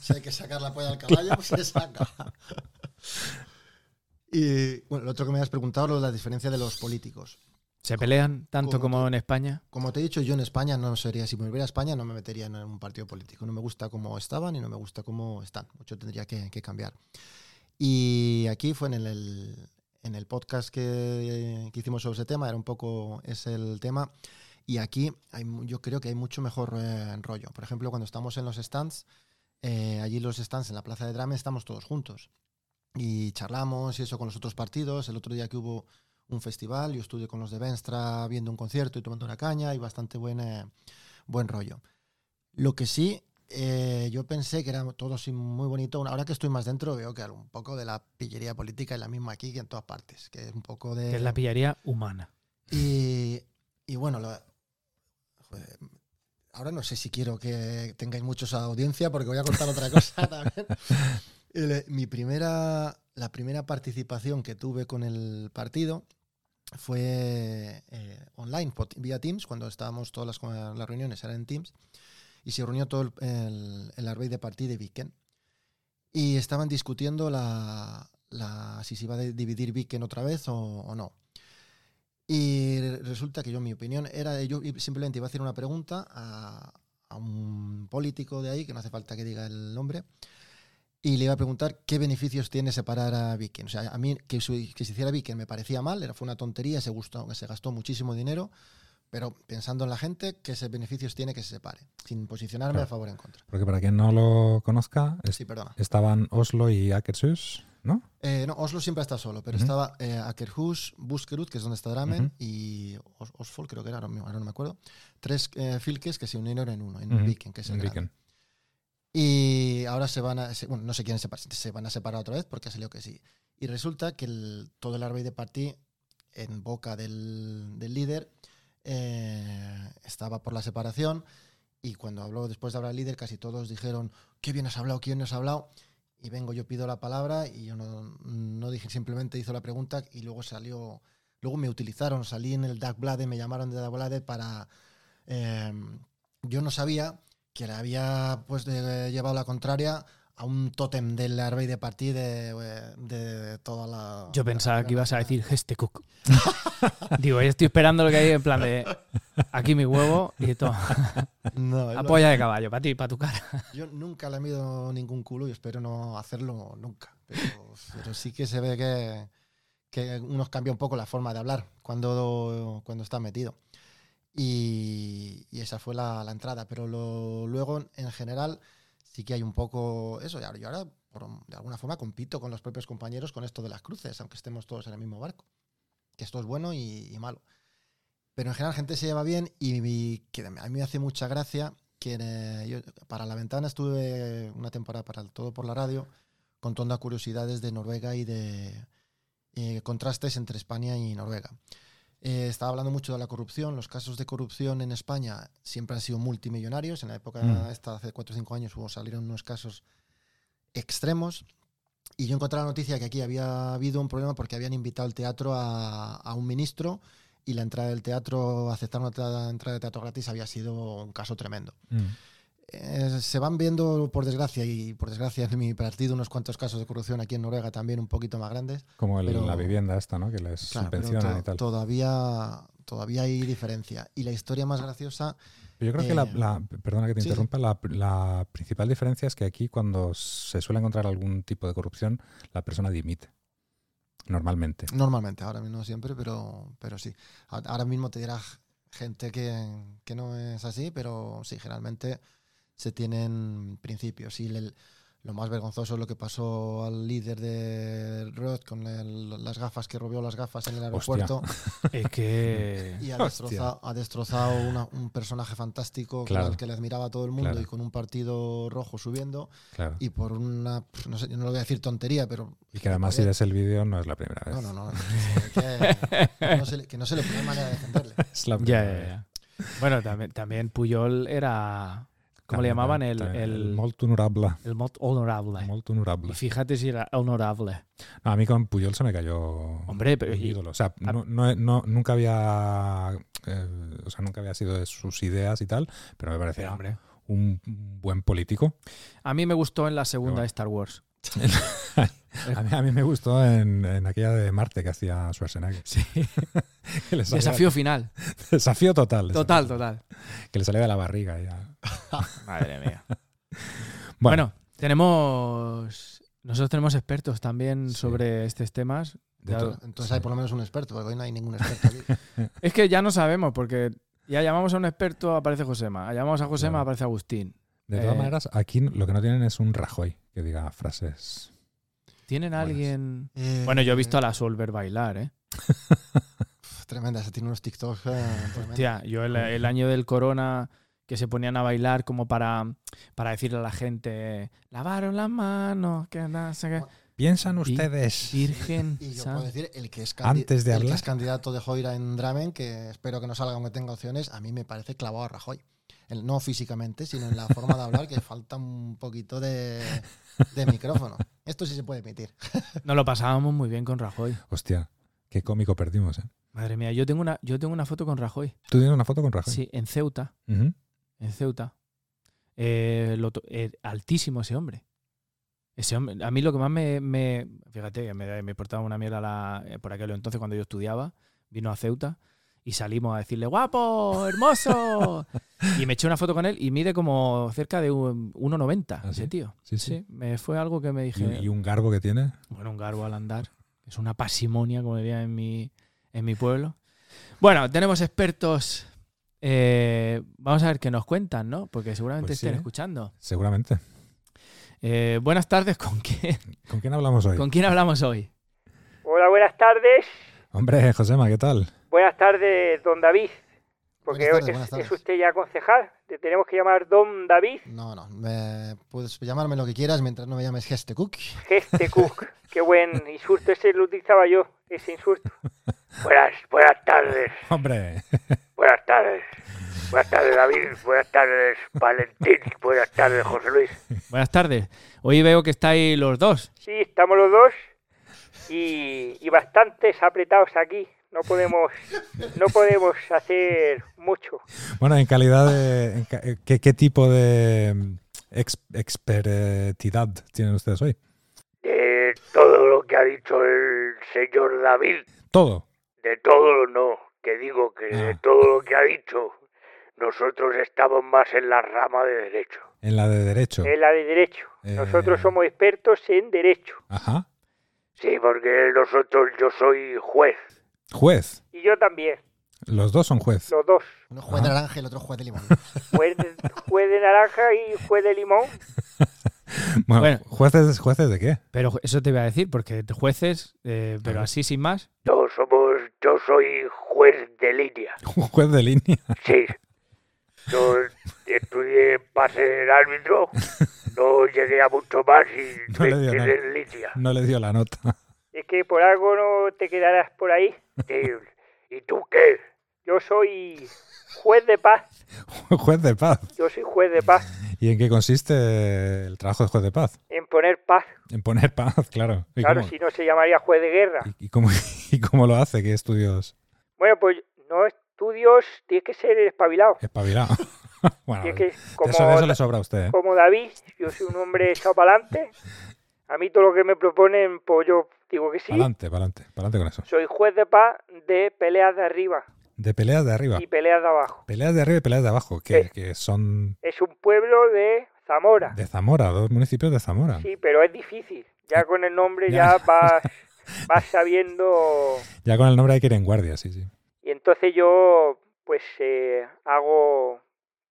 E: Si hay que sacar la polla al caballo, pues se saca. Y bueno, lo otro que me has preguntado, lo de la diferencia de los políticos.
C: ¿Se pelean tanto
E: como
C: como
E: tú.
C: en España?
E: Como te he dicho, yo en España no sería, si me volviera a España no me metería en un partido político. No me gusta cómo estaban y no me gusta cómo están. Mucho tendría que, que cambiar. Y aquí fue en el, el- en el podcast que, que hicimos sobre ese tema, era un poco es el tema. Y aquí hay mu- yo creo que hay mucho mejor eh, rollo. Por ejemplo, cuando estamos en los stands, eh, allí los stands en la plaza de Drame estamos todos juntos. Y charlamos y eso con los otros partidos. El otro día que hubo un festival, yo estuve con los de Venstra viendo un concierto y tomando una caña y bastante buen, eh, buen rollo. Lo que sí eh, yo pensé que era todo así muy bonito. Ahora que estoy más dentro, veo que un poco de la pillería política es la misma aquí que en todas partes. Que es un poco de.
C: Que es la pillaría humana.
E: Y, y bueno, lo- joder, ahora no sé si quiero que tengáis muchos audiencia porque voy a contar otra cosa también. El- mi primera, la primera participación que tuve con el partido fue eh, online, por- vía Teams, cuando estábamos todas las, las reuniones, eran en Teams, y se reunió todo el, el, el Arbeit de partido de Viken. Y estaban discutiendo la, la- si se iba a dividir Viken otra vez o- o no. Y resulta que yo, mi opinión era, yo simplemente iba a hacer una pregunta a, a un político de ahí, que no hace falta que diga el nombre, y le iba a preguntar qué beneficios tiene separar a Viken. O sea, a mí que, su- que se hiciera Viken me parecía mal, era, fue una tontería, se, gustó, se gastó muchísimo dinero, pero pensando en la gente, qué se- beneficios tiene que se separe, sin posicionarme
D: Claro.
E: a favor o en contra.
D: Porque para quien no lo conozca, es-
E: Sí, perdona.
D: estaban Oslo y Akershus, ¿no?
E: Eh, no, Oslo siempre está solo, pero
D: Ujú.
E: estaba eh, Akerhus, Buskerud, que es donde está Drammen,
D: Ujú.
E: y Os- Osfold, creo que era, ahora mismo- ahora no me acuerdo. Tres eh, filques que se unieron en uno, en
D: Ujú.
E: Viken, que es el
D: En
E: grande.
D: Viken.
E: Y ahora se van a. se- bueno, no se quieren separar, se van a separar otra vez porque ha salido que sí. Y resulta que el- todo el Arbeit de Party, en boca del, del líder, eh, estaba por la separación. Y cuando habló después de hablar el líder, casi todos dijeron: Qué bien has hablado, qué bien has hablado. Y vengo, yo pido la palabra y yo no, no dije, simplemente hizo la pregunta y luego salió. Luego me utilizaron, salí en el Dagbladet, me llamaron de Dagbladet para. eh, yo no sabía, que le había pues de- llevado la contraria a un tótem del Arbey de Party de, eh, de toda la.
C: Yo pensaba
E: la-
C: que ibas a decir Cook. Digo, yo estoy esperando lo que hay en plan de aquí mi huevo y todo.
E: No, es lo-
C: Apoya de caballo, para ti, para tu cara.
E: Yo nunca le he mido ningún culo y espero no hacerlo nunca. Pero, pero sí que se ve que, que unos cambia un poco la forma de hablar cuando, cuando está metido. Y, y esa fue la, la entrada. Pero lo- luego, en general, sí que hay un poco eso. Y ahora- Yo ahora, por- de alguna forma, compito con los propios compañeros con esto de las cruces, aunque estemos todos en el mismo barco. Que esto es bueno y, y malo. Pero en general, la gente se lleva bien y, y que a mí me hace mucha gracia que eh, yo para la ventana estuve una temporada para el todo por la radio contando curiosidades de Noruega y de eh, contrastes entre España y Noruega. Eh, estaba hablando mucho de la corrupción. Los casos de corrupción en España siempre han sido multimillonarios. En la época
D: Mm.
E: esta, hace 4 o 5 años, hubo, salieron unos casos extremos. Y yo encontré la noticia que aquí había habido un problema porque habían invitado al teatro a, a un ministro y la entrada del teatro, aceptar una tra- entrada de teatro gratis había sido un caso tremendo.
D: Mm.
E: Eh, se van viendo, por desgracia, y por desgracia en mi partido, unos cuantos casos de corrupción aquí en Noruega también un poquito más grandes.
D: Como el-
E: Pero-
D: la vivienda esta, ¿no? Que les
E: Claro, pero
D: subvencionan
E: to-
D: y tal.
E: Todavía, todavía hay diferencia. Y la historia más graciosa,
D: Yo creo que la,
E: Eh,
D: la- perdona que te
E: sí, sí.
D: interrumpa, la, la principal diferencia es que aquí cuando se suele encontrar algún tipo de corrupción, la persona dimite. Normalmente.
E: normalmente, ahora mismo no siempre, pero, pero sí. A- Ahora mismo te dirá gente que, que no es así, pero sí, generalmente se tienen principios. Y el- lo más vergonzoso es lo que pasó al líder de Rod con el- las gafas, que robió las gafas en el
D: Hostia.
E: aeropuerto.
C: Es que.
E: Y ha
D: Hostia.
E: destrozado, ha destrozado una- un personaje fantástico
D: Claro.
E: al que le admiraba a todo el mundo
D: Claro.
E: y con un partido rojo subiendo
D: Claro. Y,
E: y por una, pf, no sé, yo no lo voy a decir tontería, pero...
D: que además si
E: podía-
D: ves el vídeo no es la primera vez.
E: No, no, no. Que, que no se le, que no se le pone manera de defenderle.
D: Es la primera
C: Ya, ya,
D: vez.
C: ya. Bueno, también, también Puyol era. ¿Cómo le
D: También,
C: llamaban?
D: también,
C: El,
D: también.
C: el,
D: Molt honorable.
C: el mod honorable.
D: Molt
C: Y
D: honorable.
C: fíjate si era honorable.
D: No, a mí con Puyol se me cayó
C: Hombre, pero.
D: un
C: y-
D: ídolo. O sea, no, no- no- nunca había... eh, o sea, nunca había sido de sus ideas y tal, pero me parecía
C: hombre.
D: un buen político.
C: A mí me gustó en la segunda
D: Pero bueno.
C: Star Wars.
D: A mí, a mí me gustó en, en aquella de Marte que hacía Schwarzenegger. Sí.
C: Desafío final.
D: desafío total. desafío
C: Total, total.
D: Que le salía de la barriga. ya.
C: Madre mía.
D: Bueno,
C: Bueno, tenemos. Nosotros tenemos expertos también
D: Sí.
C: sobre estos temas.
D: de
C: ya-
D: to-
E: Entonces hay por lo menos un experto, porque hoy no hay ningún experto aquí.
C: Es que ya no sabemos, porque ya llamamos a un experto, aparece Josema. Llamamos a Josema,
D: Claro.
C: aparece Agustín.
D: de todas
C: eh,
D: maneras, aquí lo que no tienen es un Rajoy que diga frases.
C: ¿Tienen
D: Buenas.
C: alguien.?
E: Eh,
C: Bueno, yo he visto a la Solver bailar, ¿eh?
E: pf, Tremenda, se tiene unos TikToks. eh, tremendos.
C: Hostia, yo el, el año del corona que se ponían a bailar como para, para decirle a la gente, lavaron las manos, que no sé qué".
D: Piensan ustedes.
C: Virgen.
E: Y yo
C: San-
E: puedo decir, el que es, candi-
D: Antes de
E: el que
D: hablar.
E: es candidato de Joira en Dramen, que espero que no salga aunque tenga opciones, a mí me parece clavado a Rajoy. El- no físicamente, sino en la forma de hablar, que falta un poquito de, de micrófono. Esto sí se puede emitir.
C: Nos lo pasábamos muy bien con Rajoy.
D: Hostia, qué cómico perdimos, ¿eh?
C: Madre mía, yo tengo una, yo tengo una foto con Rajoy.
D: ¿Tú tienes una foto con Rajoy?
C: Sí, en Ceuta.
D: Ujú.
C: En Ceuta. Eh, lo to- eh, altísimo ese hombre. Ese hombre. A mí lo que más me. me- fíjate, que me, da- me portaba una mierda la- eh, por aquel entonces cuando yo estudiaba. Vino a Ceuta y salimos a decirle: ¡Guapo! ¡Hermoso! y me eché una foto con él y mide como cerca de un- 1,90
D: ¿Ah,
C: ese
D: sí?
C: tío.
D: Sí, sí.
C: sí. me fue algo que me
D: Y,
C: dije.
D: y un garbo que tiene.
C: Bueno, un garbo al andar. Es una pasimonia, como diría en mi, en mi pueblo. Bueno, tenemos expertos. Eh, vamos a ver qué nos cuentan, ¿no? Porque seguramente
D: Pues sí,
C: estén
D: ¿eh?
C: escuchando.
D: Seguramente.
C: Eh, buenas tardes, ¿con quién,
D: ¿Con quién hablamos hoy?
C: ¿con quién hablamos hoy?
G: Hola, buenas tardes.
D: Hombre, Josema, ¿qué tal?
G: Buenas tardes, don David. Porque
E: Buenas tardes,
G: es-
E: buenas
G: es,
E: tardes.
G: usted ya concejal. Le tenemos que llamar don David
E: No, no. me- puedes llamarme lo que quieras mientras no me llames Geste Cook.
G: Geste Cook. Qué buen insulto. Ese lo utilizaba yo, ese insulto. Buenas, buenas tardes.
D: Hombre,
G: Buenas tardes. Buenas tardes, David. Buenas tardes, Valentín. Buenas tardes, José Luis.
C: Buenas tardes. Hoy veo que estáis los dos.
G: Sí, estamos los dos y, y bastantes apretados aquí. No podemos, no podemos hacer mucho.
D: bueno, en calidad de... en ca- eh, ¿qué, qué tipo de mm, ex- expertidad tienen ustedes hoy?
G: De todo lo que ha dicho el señor David,
D: Todo.
G: de todo no, que digo que de
D: Ah.
G: todo lo que ha dicho, nosotros estamos más en la rama de derecho.
D: En la de derecho.
G: En la de derecho. Nosotros
D: Eh.
G: somos expertos en derecho.
D: Ajá.
G: Sí, porque nosotros, yo soy juez.
D: Juez.
G: Y yo también,
D: Los dos son juez.
G: los dos.
E: Uno juez de naranja y el otro juez de limón.
G: Juez, juez de naranja y juez de limón.
D: Bueno,
C: Bueno.
D: jueces, ¿jueces de qué?
C: Pero eso te iba a decir, porque jueces, eh, pero así sin más.
G: No, somos, yo soy juez de línea.
D: Un juez de línea.
G: Sí. Yo estudié para ser árbitro, no llegué a mucho más y
D: No le dio
G: me quedé
D: nada.
G: en línea.
D: No le dio la nota.
G: Es que por algo no te quedarás por ahí. ¿Y tú qué? Yo soy juez de paz.
D: juez de paz.
G: Yo soy juez de paz.
D: ¿Y en qué consiste el trabajo de juez de paz?
G: En poner paz.
D: En poner paz, claro. ¿Y,
G: Claro,
D: cómo,
G: si no se llamaría juez de guerra.
D: y- y cómo- y cómo lo hace? ¿Qué estudios?
G: Bueno, pues no estudios, tienes que ser espabilado.
D: Espabilado. bueno,
G: Tienes que, como,
D: Ah, eso, de eso le sobra a usted. ¿eh?
G: como David, yo soy un hombre echado para adelante. A mí todo lo que me proponen, pues yo digo que sí.
D: Pa'lante, pa'lante, pa'lante con eso.
G: Soy juez de paz de peleas de arriba
D: De peleas de arriba.
G: y peleas de abajo.
D: Peleas de arriba y peleas de abajo, que,
G: Sí.
D: que son
G: Es un pueblo de Eh, Zamora.
D: de Zamora, dos municipios de Zamora.
G: Sí, pero es difícil. Ya con el nombre
D: Ya.
G: ya, vas, vas sabiendo.
D: Ya con el nombre hay que ir en guardia, sí, sí.
G: Y entonces yo, pues, eh, hago.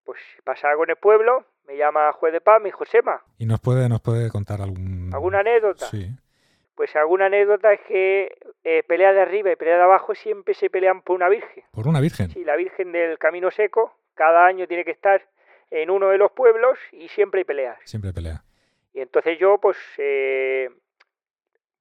G: Pues pasa algo en el pueblo. Me llama juez de paz, mi Josema.
D: ¿Y nos puede, nos puede contar algún...
G: ¿Alguna anécdota?
D: Mm, Sí.
G: Pues alguna anécdota es que eh, pelea de arriba y pelea de abajo siempre se pelean por una virgen.
D: Por una virgen.
G: Sí, la Virgen del Camino Seco cada año tiene que estar en uno de los pueblos y siempre hay peleas.
D: Siempre pelea.
G: Y entonces yo pues eh,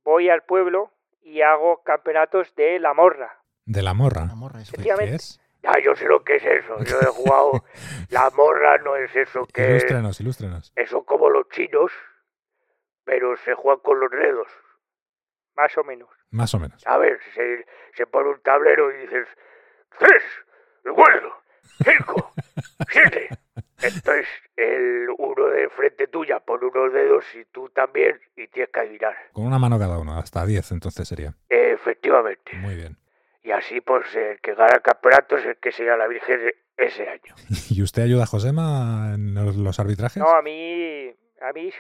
G: voy al pueblo y hago campeonatos de la morra.
D: De la morra.
E: Amor, eso.
D: ¿Qué- ¿Qué
G: Efectivamente.
D: es?
G: Ya, yo sé lo que es eso. Yo he jugado... la morra no es eso
D: Ilústrenos, ilústrenos.
G: Eso como los chinos, pero se juegan con los dedos. Más o menos.
D: Más o menos.
G: A ver, se, se pone un tablero y dices, tres, cuatro, cinco, siete. Entonces, el uno de frente tuya pone unos dedos y tú también y tienes que adivinar.
D: Con una mano cada uno, hasta 10 entonces sería.
G: Efectivamente.
D: Muy bien.
G: Y así, pues, el que gana el campeonato es el que será la Virgen de- ese año.
D: ¿Y usted ayuda a Josema en los, los arbitrajes?
G: No, a mí, a mí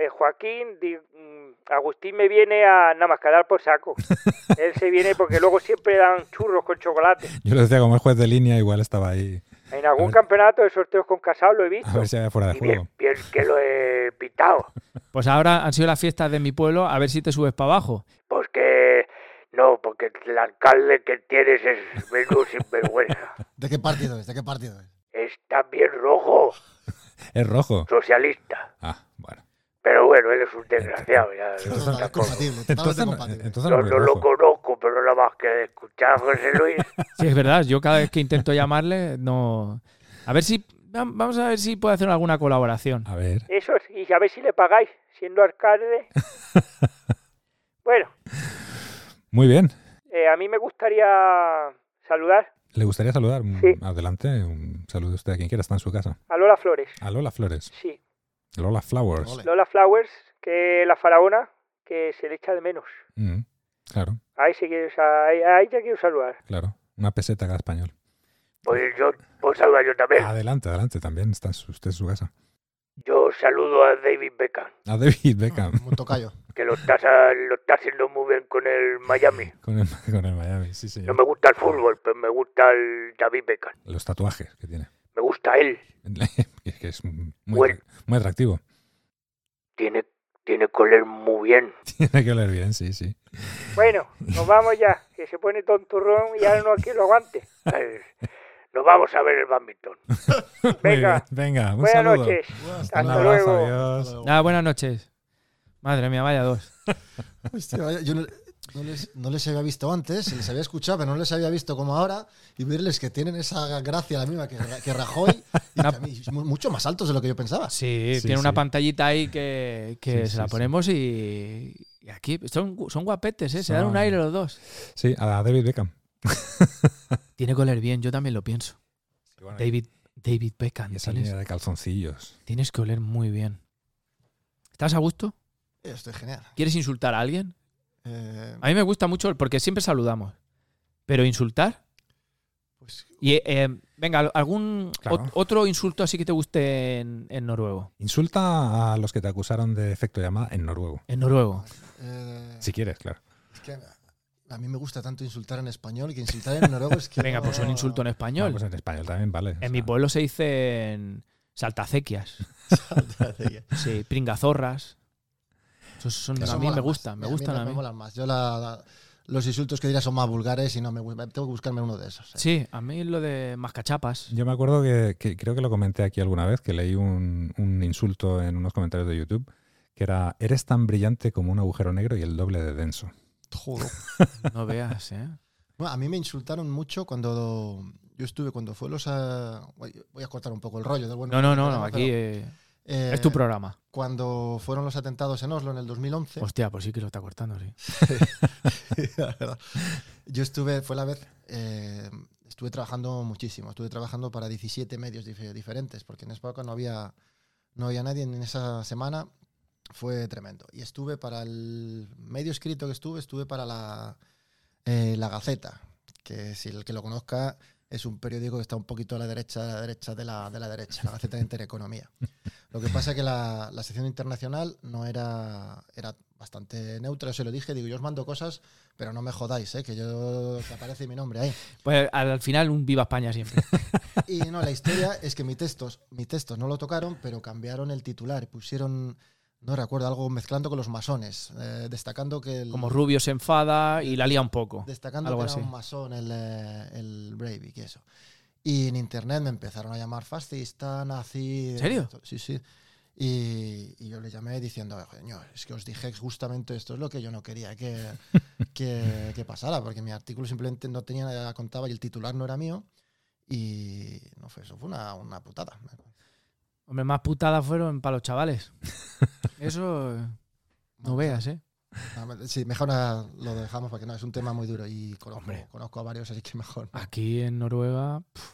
G: eh, Joaquín, di- mm, Agustín me viene a nada más que a dar por saco. Él se viene porque luego siempre dan churros con chocolate.
D: Yo lo decía, como es juez de línea, igual estaba ahí.
G: En
D: A
G: algún
D: ver.
G: campeonato de sorteos con Casado lo he visto.
D: A ver si había fuera de
G: Y bien,
D: juego.
G: bien que lo he pitado.
C: Pues ahora han sido las fiestas de mi pueblo, a ver si te subes para abajo.
G: Porque no, porque el alcalde que tienes es medio sinvergüenza.
E: ¿De qué partido es? ¿De qué partido es?
G: es también rojo,
D: Es rojo.
G: socialista.
D: Ah, bueno.
G: Pero bueno, él es un desgraciado. Ya,
D: Entonces-
G: otra
E: Total,
G: cosa.
E: compatible,
D: Entonces,
E: totalmente
D: no- eh,
E: compatible.
D: entonces
G: no,
D: muy
G: no lo
D: rojo.
G: conozco, pero nada más que de escuchar a José Luis.
C: Sí, es verdad. Yo cada vez que intento llamarle, no. A ver si. vam- Vamos a ver si puede hacer alguna colaboración.
D: A ver.
G: Eso, y a ver si le pagáis, siendo alcalde. Bueno, eh,
D: Muy bien.
G: a mí me gustaría saludar
D: ¿Le gustaría saludar? Mm,
G: Sí.
D: Adelante. Un saludo a usted a quien quiera. Está en su casa.
G: a Lola Flores.
D: A Lola Flores.
G: Sí,
D: Lola Flowers.
E: Ole.
G: Lola Flowers, que la faraona, que se le echa de menos.
D: Mm, claro,
G: Ahí sí que, o sea, ahí- ahí ya quiero saludar.
D: claro. Una peseta cada español.
G: Pues yo, pues saludar yo también.
D: Adelante, adelante. También está en su- usted en su casa.
G: Yo saludo a David Beckham,
D: A David Beckham.
E: Un tocayo.
G: que lo está, sa- lo está haciendo muy bien con el Miami.
D: Con el, con el Miami, sí,
G: No me
D: señor.
G: gusta el fútbol, pero me gusta el David Beckham.
D: Los tatuajes que tiene.
G: Me gusta él.
D: Es que es muy,
G: Bueno.
D: muy atractivo.
G: Tiene, tiene que oler muy bien.
D: Tiene que oler bien, sí, sí.
G: Bueno, nos vamos ya, que se pone tonturrón y ahora no aquí lo aguante. Nos vamos a ver el badminton.
D: Muy
G: Venga,
D: bien, Venga, un
G: buenas
D: saludo.
G: noches.
E: Bueno,
D: Un
G: Hasta
D: abrazo,
G: luego.
D: adiós.
C: Ah, buenas noches. Madre mía, vaya dos.
E: Hostia, vaya, yo no, no les, no les había visto antes, les había escuchado, pero no les había visto como ahora. Y verles que tienen esa gracia la misma que, Ra- que Rajoy, y que a mí, mu- mucho más altos de lo que yo pensaba.
C: Sí,
D: Sí,
C: tiene una
D: sí.
C: pantallita ahí que, que
D: Sí,
C: se
D: sí,
C: la
D: sí.
C: ponemos y, y aquí son, gu- son guapetes, ¿eh? se
D: Son-
C: dan un aire los dos.
D: Sí, a David Beckham.
C: Tiene que oler bien, yo también lo pienso.
D: Y bueno,
C: David, David Beckham,
D: y esa
C: tienes,
D: línea de calzoncillos.
C: tienes que oler muy bien. ¿Estás a gusto?
E: Esto es genial.
C: ¿Quieres insultar a alguien?
E: Eh,
C: A mí me gusta mucho el- porque siempre saludamos. Pero insultar.
E: pues,
C: Y eh, eh, venga, al- algún
D: Claro.
C: ot- otro insulto así que te guste en, en noruego.
D: Insulta a los que te acusaron de efecto llamada en noruego.
C: En noruego.
E: eh,
D: Si quieres, claro.
E: es que a mí me gusta tanto insultar en español que insultar en noruego es que.
C: Venga, pues un insulto en
D: Bueno,
C: español.
D: pues en español también, vale. O
C: en mi
D: sea,
C: pueblo se dicen saltacequias. Sí, pringazorras. Esos son-
E: Eso
C: a mí
E: mola
C: me
E: más.
C: gustan, me
E: A mí
C: gustan a mí.
E: molan más. Yo la- la- los insultos que dirás son más vulgares y no me gu- tengo que buscarme uno de esos. eh.
C: Sí, a mí lo de mascachapas.
D: Yo me acuerdo que, que creo que lo comenté aquí alguna vez, que leí un, un insulto en unos comentarios de YouTube, que era, eres tan brillante como un agujero negro y el doble de denso.
E: Joder.
C: No veas, ¿eh?
E: Bueno, a mí me insultaron mucho cuando yo estuve, cuando fue los... eh, voy voy a cortar un poco el rollo. del buen
C: No, no, no,
E: programa,
C: no, aquí
E: pero,
C: eh,
E: eh,
C: es tu programa.
E: Cuando fueron los atentados en Oslo en el 2011,
C: Hostia, pues sí que lo está cortando, sí.
E: la verdad, yo estuve, fue la vez, eh, estuve trabajando muchísimo, estuve trabajando para 17 medios dif- diferentes, porque en España no había, no había nadie en esa semana, fue tremendo. Y estuve para el medio escrito que estuve, estuve para la, eh, la Gaceta, que si el que lo conozca es un periódico que está un poquito a la derecha de la derecha de la, de la derecha, la Gaceta de Intereconomía. Lo que pasa es que la, la sección internacional no era, era bastante neutra, yo se lo dije, digo, yo os mando cosas, pero no me jodáis, ¿eh? que yo que aparece mi nombre ahí.
C: Pues al, al final un Viva España siempre.
E: Y no, la historia es que mi textos, mi textos no lo tocaron, pero cambiaron el titular, pusieron, no recuerdo, algo mezclando con los masones, eh, destacando que el,
C: Como Rubio se enfada y la lía un poco.
E: destacando
C: Algo
E: que era
C: así.
E: un masón el, eh, el Breivik y eso. Y en internet me empezaron a llamar fascista, nazi. ¿En
C: serio?
E: Sí, sí. Y, y yo le llamé diciendo, coño, es que os dije justamente esto es lo que yo no quería que, que- que pasara, porque mi artículo simplemente no tenía nada contaba y el titular no era mío. Y no fue eso, fue una, una putada.
C: Hombre, más putadas fueron para los chavales. Eso eh, no veas, ¿eh?
E: Nada, Sí, mejor ah, lo dejamos porque no, es un tema muy duro y conozco,
C: Hombre.
E: conozco a varios, así que mejor.
C: Aquí en Noruega, pf,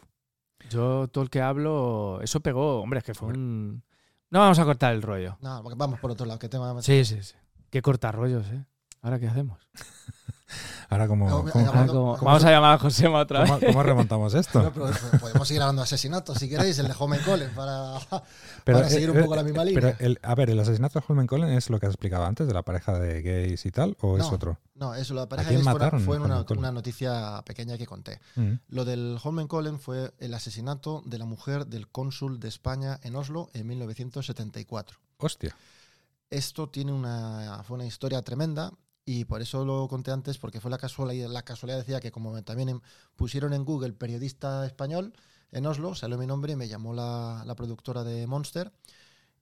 C: yo todo el que hablo, eso pegó. Hombre, es que fue un... No vamos a cortar el rollo.
E: No, porque vamos por otro lado, que tema
C: Sí, sí, sí. Qué cortar rollos, ¿eh? Ahora, ¿qué hacemos?
D: Ahora como...
E: Ahora,
D: como-
C: Ahora,
E: no,
C: ¿cómo-
E: como
C: Vamos
E: tú-
C: a llamar a Josema otra vez.
D: ¿Cómo, cómo remontamos
E: No,
D: esto?
E: pero podemos seguir hablando de asesinatos si queréis, el de Home Collins para, para
D: eh,
E: seguir un
D: eh,
E: poco la misma
D: pero
E: línea.
D: el- a ver, ¿el asesinato de Holmen Colin es lo que has explicado antes de la pareja de gays y tal? ¿O es
E: No.
D: otro?
E: No, eso, la
D: ¿A
E: pareja
D: quién
E: gays fue,
D: mataron
E: fue en
D: en
E: una,
D: Holmenkollen?
E: una noticia pequeña que conté.
D: Mm.
E: Lo del Home Collins fue el asesinato de la mujer del cónsul de España en Oslo en 1974.
D: Hostia.
E: Esto tiene una, fue una historia tremenda y por eso lo conté antes, porque fue la casualidad, la casualidad decía que como también em- pusieron en Google periodista español, en Oslo, salió mi nombre, me llamó la, la productora de Monster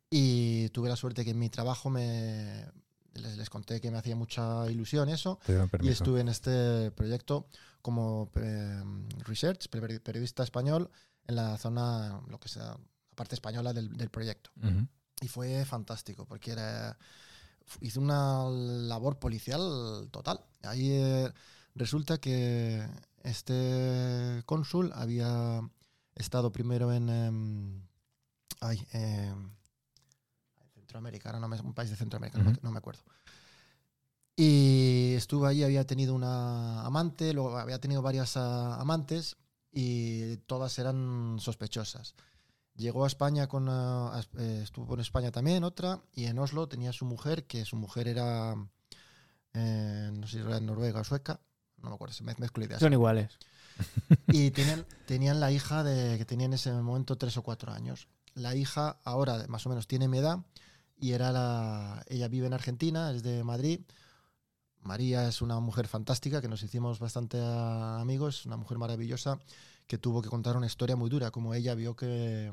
E: y tuve la suerte que en mi trabajo me, les, les conté que me hacía mucha ilusión eso
D: Te dieron
E: y
D: permiso.
E: estuve en este proyecto como eh, research, per- periodista español, en la zona, lo que sea, la parte española del- del proyecto.
D: Ujú.
E: Y fue fantástico, porque era, fu- hice una labor policial total. Ahí eh, resulta que este cónsul había estado primero en... em, ay, em, Centroamérica, ahora no me, un país de Centroamérica, no, me,
D: Ujú.
E: no me acuerdo. Y estuvo allí, había tenido una amante, luego había tenido varias ah, amantes y todas eran sospechosas. Llegó a España con ah, as- eh, estuvo en España también otra y en Oslo tenía su mujer que su mujer era eh, no sé si era noruega o sueca, no me acuerdo, se me mezclo ideas.
C: Son iguales.
E: Y tenían, tenían la hija de que tenía en ese momento tres o cuatro años. La hija ahora más o menos tiene mi edad y era la, ella vive en Argentina, es de Madrid. María es una mujer fantástica que nos hicimos bastante a- amigos, una mujer maravillosa que tuvo que contar una historia muy dura, como ella vio que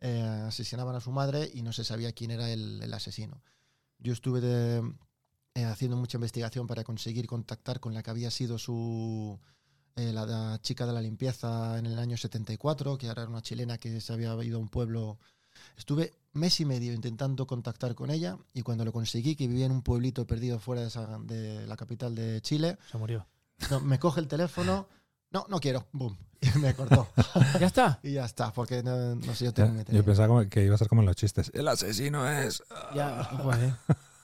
E: eh, asesinaban a su madre y no se sabía quién era el, el asesino. Yo estuve de- eh, haciendo mucha investigación para conseguir contactar con la que había sido su, eh, la, da- chica de la limpieza en el año 74, que ahora era una chilena que se había ido a un pueblo. Estuve mes y medio intentando contactar con ella y cuando lo conseguí, que vivía en un pueblito perdido fuera de, esa- de la capital de Chile,
C: Se murió.
E: no, me coge el teléfono, no, no quiero, boom, y me cortó.
C: Ya está.
E: y ya está, porque no, no sé, yo
D: Ya,
E: tengo que
D: Yo pensaba como que iba a ser como en los chistes. El asesino es. Ah,
C: Ya. eh. Joder.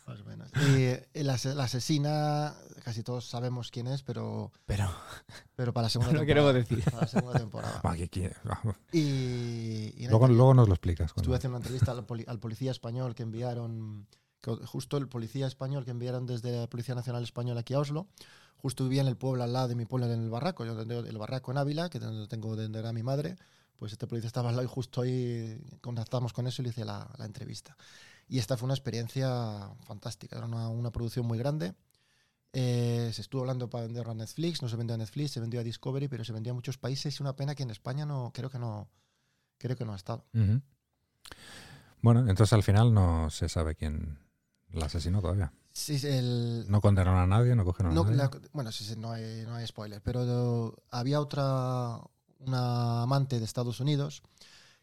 E: Más o menos. Y, y la, ase- la asesina, casi todos sabemos quién es, pero,
C: Pero
E: pero para la segunda
C: no
E: temporada.
C: queremos decir.
E: Para la segunda temporada.
D: Ah, que quiere- ah,
E: Y, y nada,
D: Luego, luego nos lo explicas. cuando-
E: Estuve haciendo una entrevista al, poli- al policía español que enviaron, que justo el policía español que enviaron desde la Policía Nacional Española aquí a Oslo, justo vivía en el pueblo al lado de mi pueblo, en el barraco, yo tengo el barraco en Ávila, que tengo- tengo donde era mi madre, pues este policía estaba al lado y justo ahí contactamos con eso y le hice la, la entrevista. Y esta fue una experiencia fantástica, era una, una producción muy grande. Eh, se estuvo hablando para venderlo a Netflix, no se vendió a Netflix, se vendió a Discovery, pero se vendió a muchos países y una pena que en España no, creo que no, creo que no ha estado.
D: Ujú. Bueno, entonces al final no se sabe quién la asesinó todavía.
E: Sí, sí, el,
D: No condenaron a nadie, no eh. cogieron a
E: No,
D: nadie.
E: la- bueno, sí, sí, no, hay, no hay spoiler, pero eh, había otra, una amante de Estados Unidos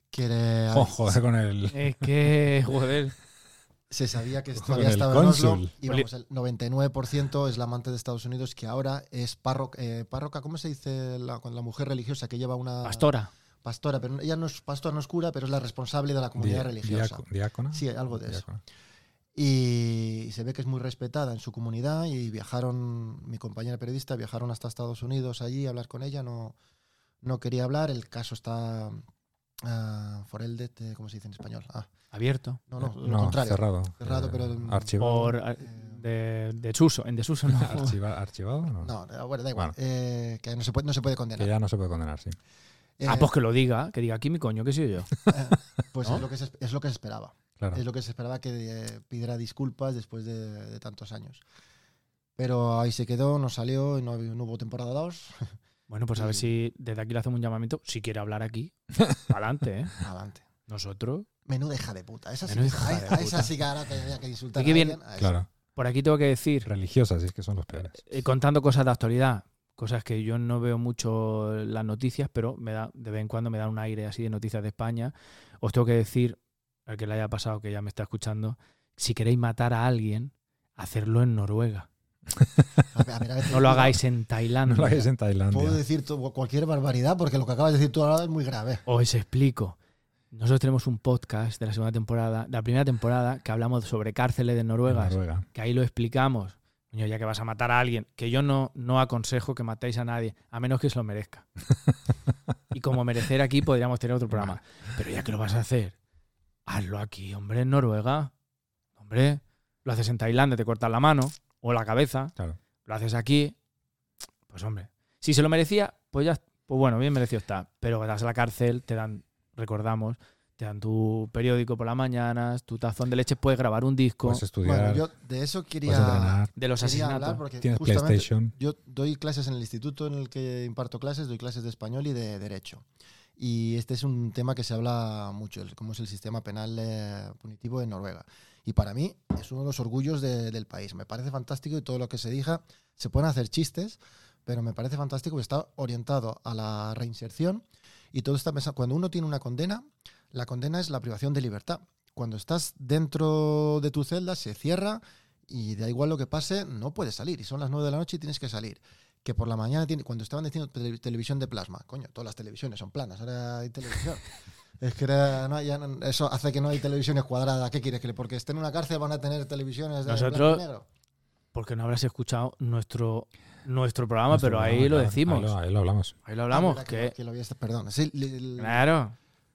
E: que le-
D: Jo, joder, con el.
C: Es que. Joder.
E: se sabía que
D: con
E: todavía
D: el
E: estaba en Oslo
D: cónsul.
E: y vamos, el 99% es la amante de Estados Unidos que ahora es párroca, eh, párroca ¿cómo se dice la, con la mujer religiosa que lleva una
C: Pastora.
E: pastora? Pero ella no es pastora, no es cura, pero es la responsable de la comunidad
D: Di-
E: religiosa.
D: diaco- ¿Diácona?
E: Sí, algo de eso.
D: Diácona.
E: y se ve que es muy respetada en su comunidad y viajaron, mi compañera periodista, viajaron hasta Estados Unidos allí a hablar con ella, no, no quería hablar, el caso está ah, forelded, eh, ¿cómo se dice en español? Ah,
C: Abierto.
E: no, no, lo
D: No,
E: contrario.
D: cerrado.
E: Cerrado,
D: Eh,
E: pero-
D: Archivado.
C: Por. ah, De, desuso. En desuso no.
D: Archiva- ¿Archivado? No.
E: No, eh, bueno, da igual,
D: Bueno.
E: eh, que no se puede, no se puede
D: Que
E: condenar.
D: ya no se puede condenar, sí.
E: Eh,
C: Ah, pues que lo diga. Que diga aquí mi coño, que soy yo.
E: pues es, lo que se, es lo que se esperaba.
D: Claro.
E: Es lo que se esperaba que eh, pidiera disculpas después de, de tantos años. Pero ahí se quedó, no salió, y no, hab- no hubo temporada 2.
C: Bueno, pues a ver si desde aquí le hacemos un llamamiento. Si quiere hablar aquí, adelante, ¿eh?
E: Adelante.
C: Nosotros.
E: Menuda hija de puta. Esa sí,
C: Menuda
E: que-
C: hija
E: a-
C: de
E: a
C: puta.
E: esa sí que ahora que había que insultar.
C: Y qué
E: a
C: bien-
E: alguien, a esa.
D: Claro.
C: Por aquí tengo que decir.
D: Religiosas, sí, es que son los peores.
C: eh, contando cosas de actualidad, cosas que yo no veo mucho las noticias, pero me da, de vez en cuando me dan un aire así de noticias de España. Os tengo que decir, al que le haya pasado, que ya me está escuchando, si queréis matar a alguien, hacerlo en Noruega.
E: A ver, a ver, a ver,
C: No lo hagáis en Tailandia.
D: No lo hagáis en Tailandia.
E: Puedo decir tu- cualquier barbaridad porque lo que acabas de decir tú ahora es muy grave.
C: Os explico. Nosotros tenemos un podcast de la segunda temporada, de la primera temporada, que hablamos sobre cárceles de
D: En
C: Noruega.
D: Noruega.
C: que ahí lo explicamos. Coño, ya que vas a matar a alguien, que yo no, no aconsejo que matéis a nadie, a menos que se lo merezca. y como merecer aquí podríamos tener otro programa. Pero ya que lo vas a hacer, hazlo aquí, hombre, en Noruega. Hombre, lo haces en Tailandia, te cortas la mano o la cabeza.
D: Claro.
C: Lo haces aquí, pues hombre. Si se lo merecía, pues ya, pues bueno, bien merecido está. Pero vas a la cárcel, te dan, recordamos, te dan tu periódico por las mañanas, tu tazón de leche, puedes grabar un disco
D: Puedes estudiar,
E: Bueno, yo de eso
D: puedes
E: quería,
D: entrenar,
C: de los
E: quería
C: asesinatos.
E: hablar porque
D: tienes
E: justamente
D: PlayStation.
E: yo doy clases en el instituto en el que imparto clases, doy clases de español y de derecho. Y este es un tema que se habla mucho, el- cómo es el sistema penal eh, punitivo en Noruega. Y para mí es uno de los orgullos de- del país. Me parece fantástico y todo lo que se diga, se pueden hacer chistes, pero me parece fantástico que está orientado a la reinserción y todo está pensado. Cuando uno tiene una condena, la condena es la privación de libertad. Cuando estás dentro de tu celda, se cierra y da igual lo que pase, no puedes salir. Y son las 9 de la noche y tienes que salir. Que por la mañana, tiene- cuando estaban diciendo tele- televisión de plasma, coño, todas las televisiones son planas, ahora hay televisión. Es que era- no, ya no- eso hace que no hay televisiones cuadradas. ¿Qué quieres? que le- Porque estén en una cárcel van a tener televisiones de
C: Nosotros-
E: blanco y negro.
C: Porque no habrás escuchado nuestro, nuestro programa,
D: Nuestro
C: pero ahí
D: programa,
C: lo
D: claro,
C: decimos.
D: Ahí lo, ahí lo hablamos.
C: Ahí lo
E: Ah,
C: hablamos.
E: verdad
C: que,
E: no- que lo había- perdón. Sí, li- li-
C: Claro.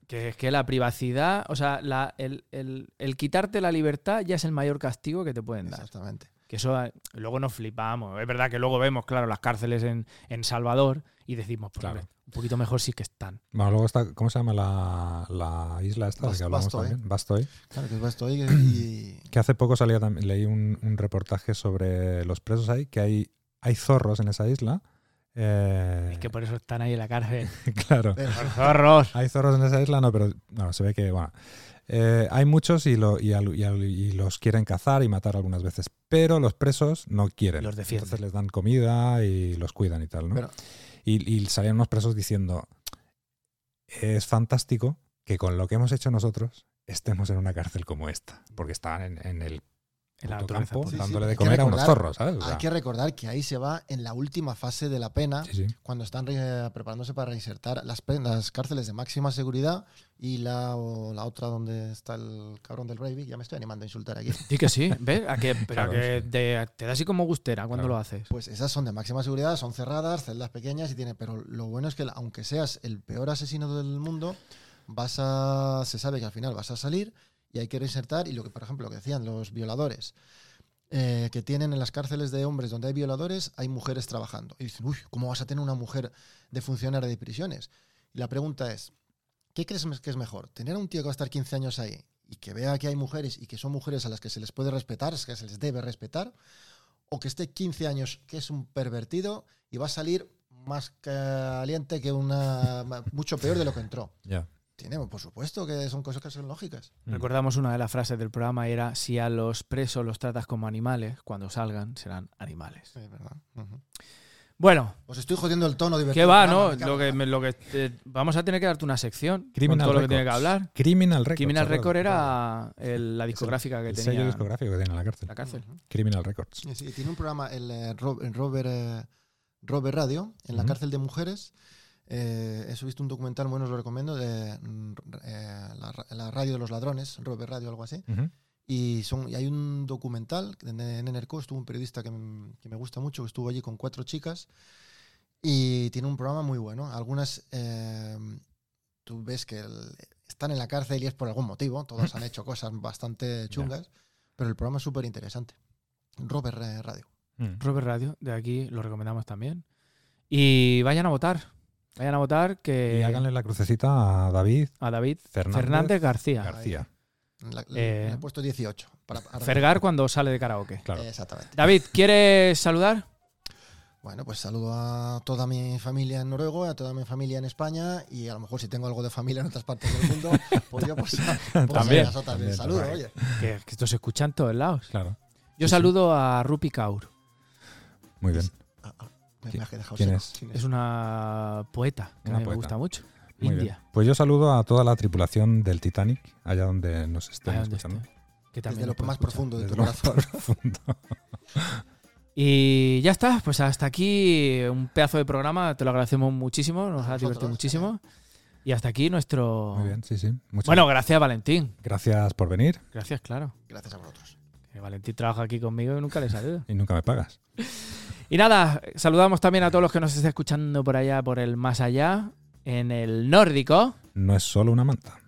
C: Que es que la privacidad, o sea, la- el, el- el quitarte la libertad ya es el mayor castigo que te pueden dar.
E: Exactamente.
C: Que eso eh, luego nos flipamos. Es verdad que luego vemos, claro, las cárceles en, en Salvador y decimos, pues,
D: Claro.
C: hombre, un poquito mejor sí que están.
D: Bueno, luego está, ¿cómo se llama la, la isla esta de la
E: Bas-
D: que hablamos
E: Bastoy.
D: también? Bastoy.
E: Claro, que es esto y, y-
D: Que hace poco salía también, leí un, un reportaje sobre los presos ahí, que hay, hay zorros en esa isla. Eh,
C: Es que por eso están ahí en la cárcel.
D: claro.
C: Los zorros.
D: Hay zorros en esa isla, no, pero no, se ve que, bueno, eh, hay muchos y, lo- y al- y al- y los quieren cazar y matar algunas veces, pero los presos no quieren.
C: Los defienden.
D: Entonces les dan comida y los cuidan y tal, ¿no?
E: Pero-
D: y, y salían unos presos diciendo, es fantástico que con lo que hemos hecho nosotros estemos en una cárcel como esta, porque estaban en, en el
C: En la
D: puto
C: naturaleza
D: campo
C: pura.
E: Sí, sí,
D: dándole
E: hay
D: de
E: que
D: comer a unos
E: recordar-
D: zorros, ¿sabes? O
E: hay
D: sea,
E: que recordar que ahí se va en la última fase de la pena,
D: sí, sí.
E: cuando están re- preparándose para reinsertar las, pe- las cárceles de máxima seguridad y la, o la otra donde está el cabrón del Breivik. Ya me estoy animando a insultar aquí.
C: Sí que sí, ¿ves? A que, pero a
D: Claro,
C: que te, te da así como gustera cuando
D: Claro.
C: lo haces.
E: Pues esas son de máxima seguridad, son cerradas, celdas pequeñas y tiene. Pero lo bueno es que la- aunque seas el peor asesino del mundo, vas a. se sabe que al final vas a salir y hay que reinsertar. Y lo que, por ejemplo, lo que decían los violadores. eh, que tienen en las cárceles de hombres donde hay violadores, hay mujeres trabajando. Y dicen, uy, ¿cómo vas a tener una mujer de funcionaria de prisiones? Y la pregunta es, ¿qué crees mes- que es mejor? ¿Tener a un tío que va a estar 15 años ahí y que vea que hay mujeres y que son mujeres a las que se les puede respetar, es que se les debe respetar? ¿O que esté 15 años que es un pervertido y va a salir más caliente que una... ma- mucho peor de lo que entró?
D: Ya.
E: Tenemos, por supuesto, que son cosas que son lógicas.
D: Mm.
C: Recordamos una de las frases del programa era, si a los presos los tratas como animales, cuando salgan serán animales.
E: Sí, ¿verdad? Ujú.
C: Bueno,
E: Os estoy jodiendo el tono divertido.
C: ¿Qué va,
E: del
C: no?
E: programa, me
C: Lo
E: cago en
C: que,
E: la-
C: me- lo que te- vamos a tener que darte una sección con
D: Criminal
C: todo lo que
D: Records.
C: tiene que hablar.
D: Criminal Record.
C: Criminal Record era el- la discográfica que
D: el
C: tenía
D: sello discográfico que tiene en la cárcel.
C: la cárcel.
E: Ujú.
D: Criminal Records.
E: Sí, sí, tiene un programa, el eh, Ro- el Robert, eh, Robert Radio, en la
D: Ujú.
E: cárcel de mujeres. Eh, he subido un documental, bueno, os lo recomiendo, de mm, eh, la, ra- la radio de los ladrones, Robert Radio, algo así.
D: Ujú.
E: Y, son, y hay un documental en, en Enerco, estuvo un periodista que, m- que me gusta mucho, que estuvo allí con cuatro chicas y tiene un programa muy bueno. Algunas eh, tú ves que el- están en la cárcel y es por algún motivo, todas han hecho cosas bastante chungas, pero el programa es súper interesante. Robert eh, Radio.
D: Mm.
C: Robert Radio, de aquí lo recomendamos también. Y vayan a votar. Vayan a votar
D: y
C: que
D: háganle la crucecita a David
C: a David
D: Fernández,
C: Fernández, García.
D: García.
E: La- le-
C: Eh,
E: le he puesto 18. Para, para-
C: Fergar cuando sale de karaoke.
D: Claro.
E: Eh, Exactamente.
C: David, ¿quieres saludar?
E: Bueno, pues saludo a toda mi familia en Noruega, a toda mi familia en España y a lo mejor si tengo algo de familia en otras partes del mundo, pues yo pues, pues,
C: También,
E: a eso
D: también,
E: saludo,
D: también.
E: oye.
C: Que, que esto se escucha en todos lados.
D: Claro.
C: Yo
D: Sí,
C: saludo a Rupi Kaur.
D: Muy bien.
E: Ah, ah, me,
D: ¿Qui-
E: me has dejado
D: quién
E: seco.
D: es?
E: ¿Quién
C: Es una poeta que
D: Una
C: a mí me
D: poeta.
C: gusta mucho.
D: Muy bien.
C: India.
D: Pues yo saludo a toda la tripulación del Titanic, allá donde nos estén
C: Ahí donde
D: escuchando.
C: esté. Que
E: Desde
C: también
E: lo
C: lo puede
E: más
C: escuchar.
E: profundo de
D: Desde
E: tu
D: lo más
E: corazón.
D: profundo.
C: Y ya está, pues hasta aquí un pedazo de programa, te lo agradecemos muchísimo, nos
E: A
C: ha
E: vosotros,
C: divertido muchísimo. Y hasta aquí nuestro...
D: Muy bien, Pues sí, sí. Muchas
C: Bueno, gracias Valentín,
D: gracias por venir
C: gracias, claro.
E: es? Gracias a vosotros.
C: que Valentín trabaja aquí conmigo y nunca le saluda.
D: y nunca me pagas.
C: Y nada, saludamos también a todos los que nos estén escuchando por allá, por el más allá, en el nórdico.
D: No es solo una manta.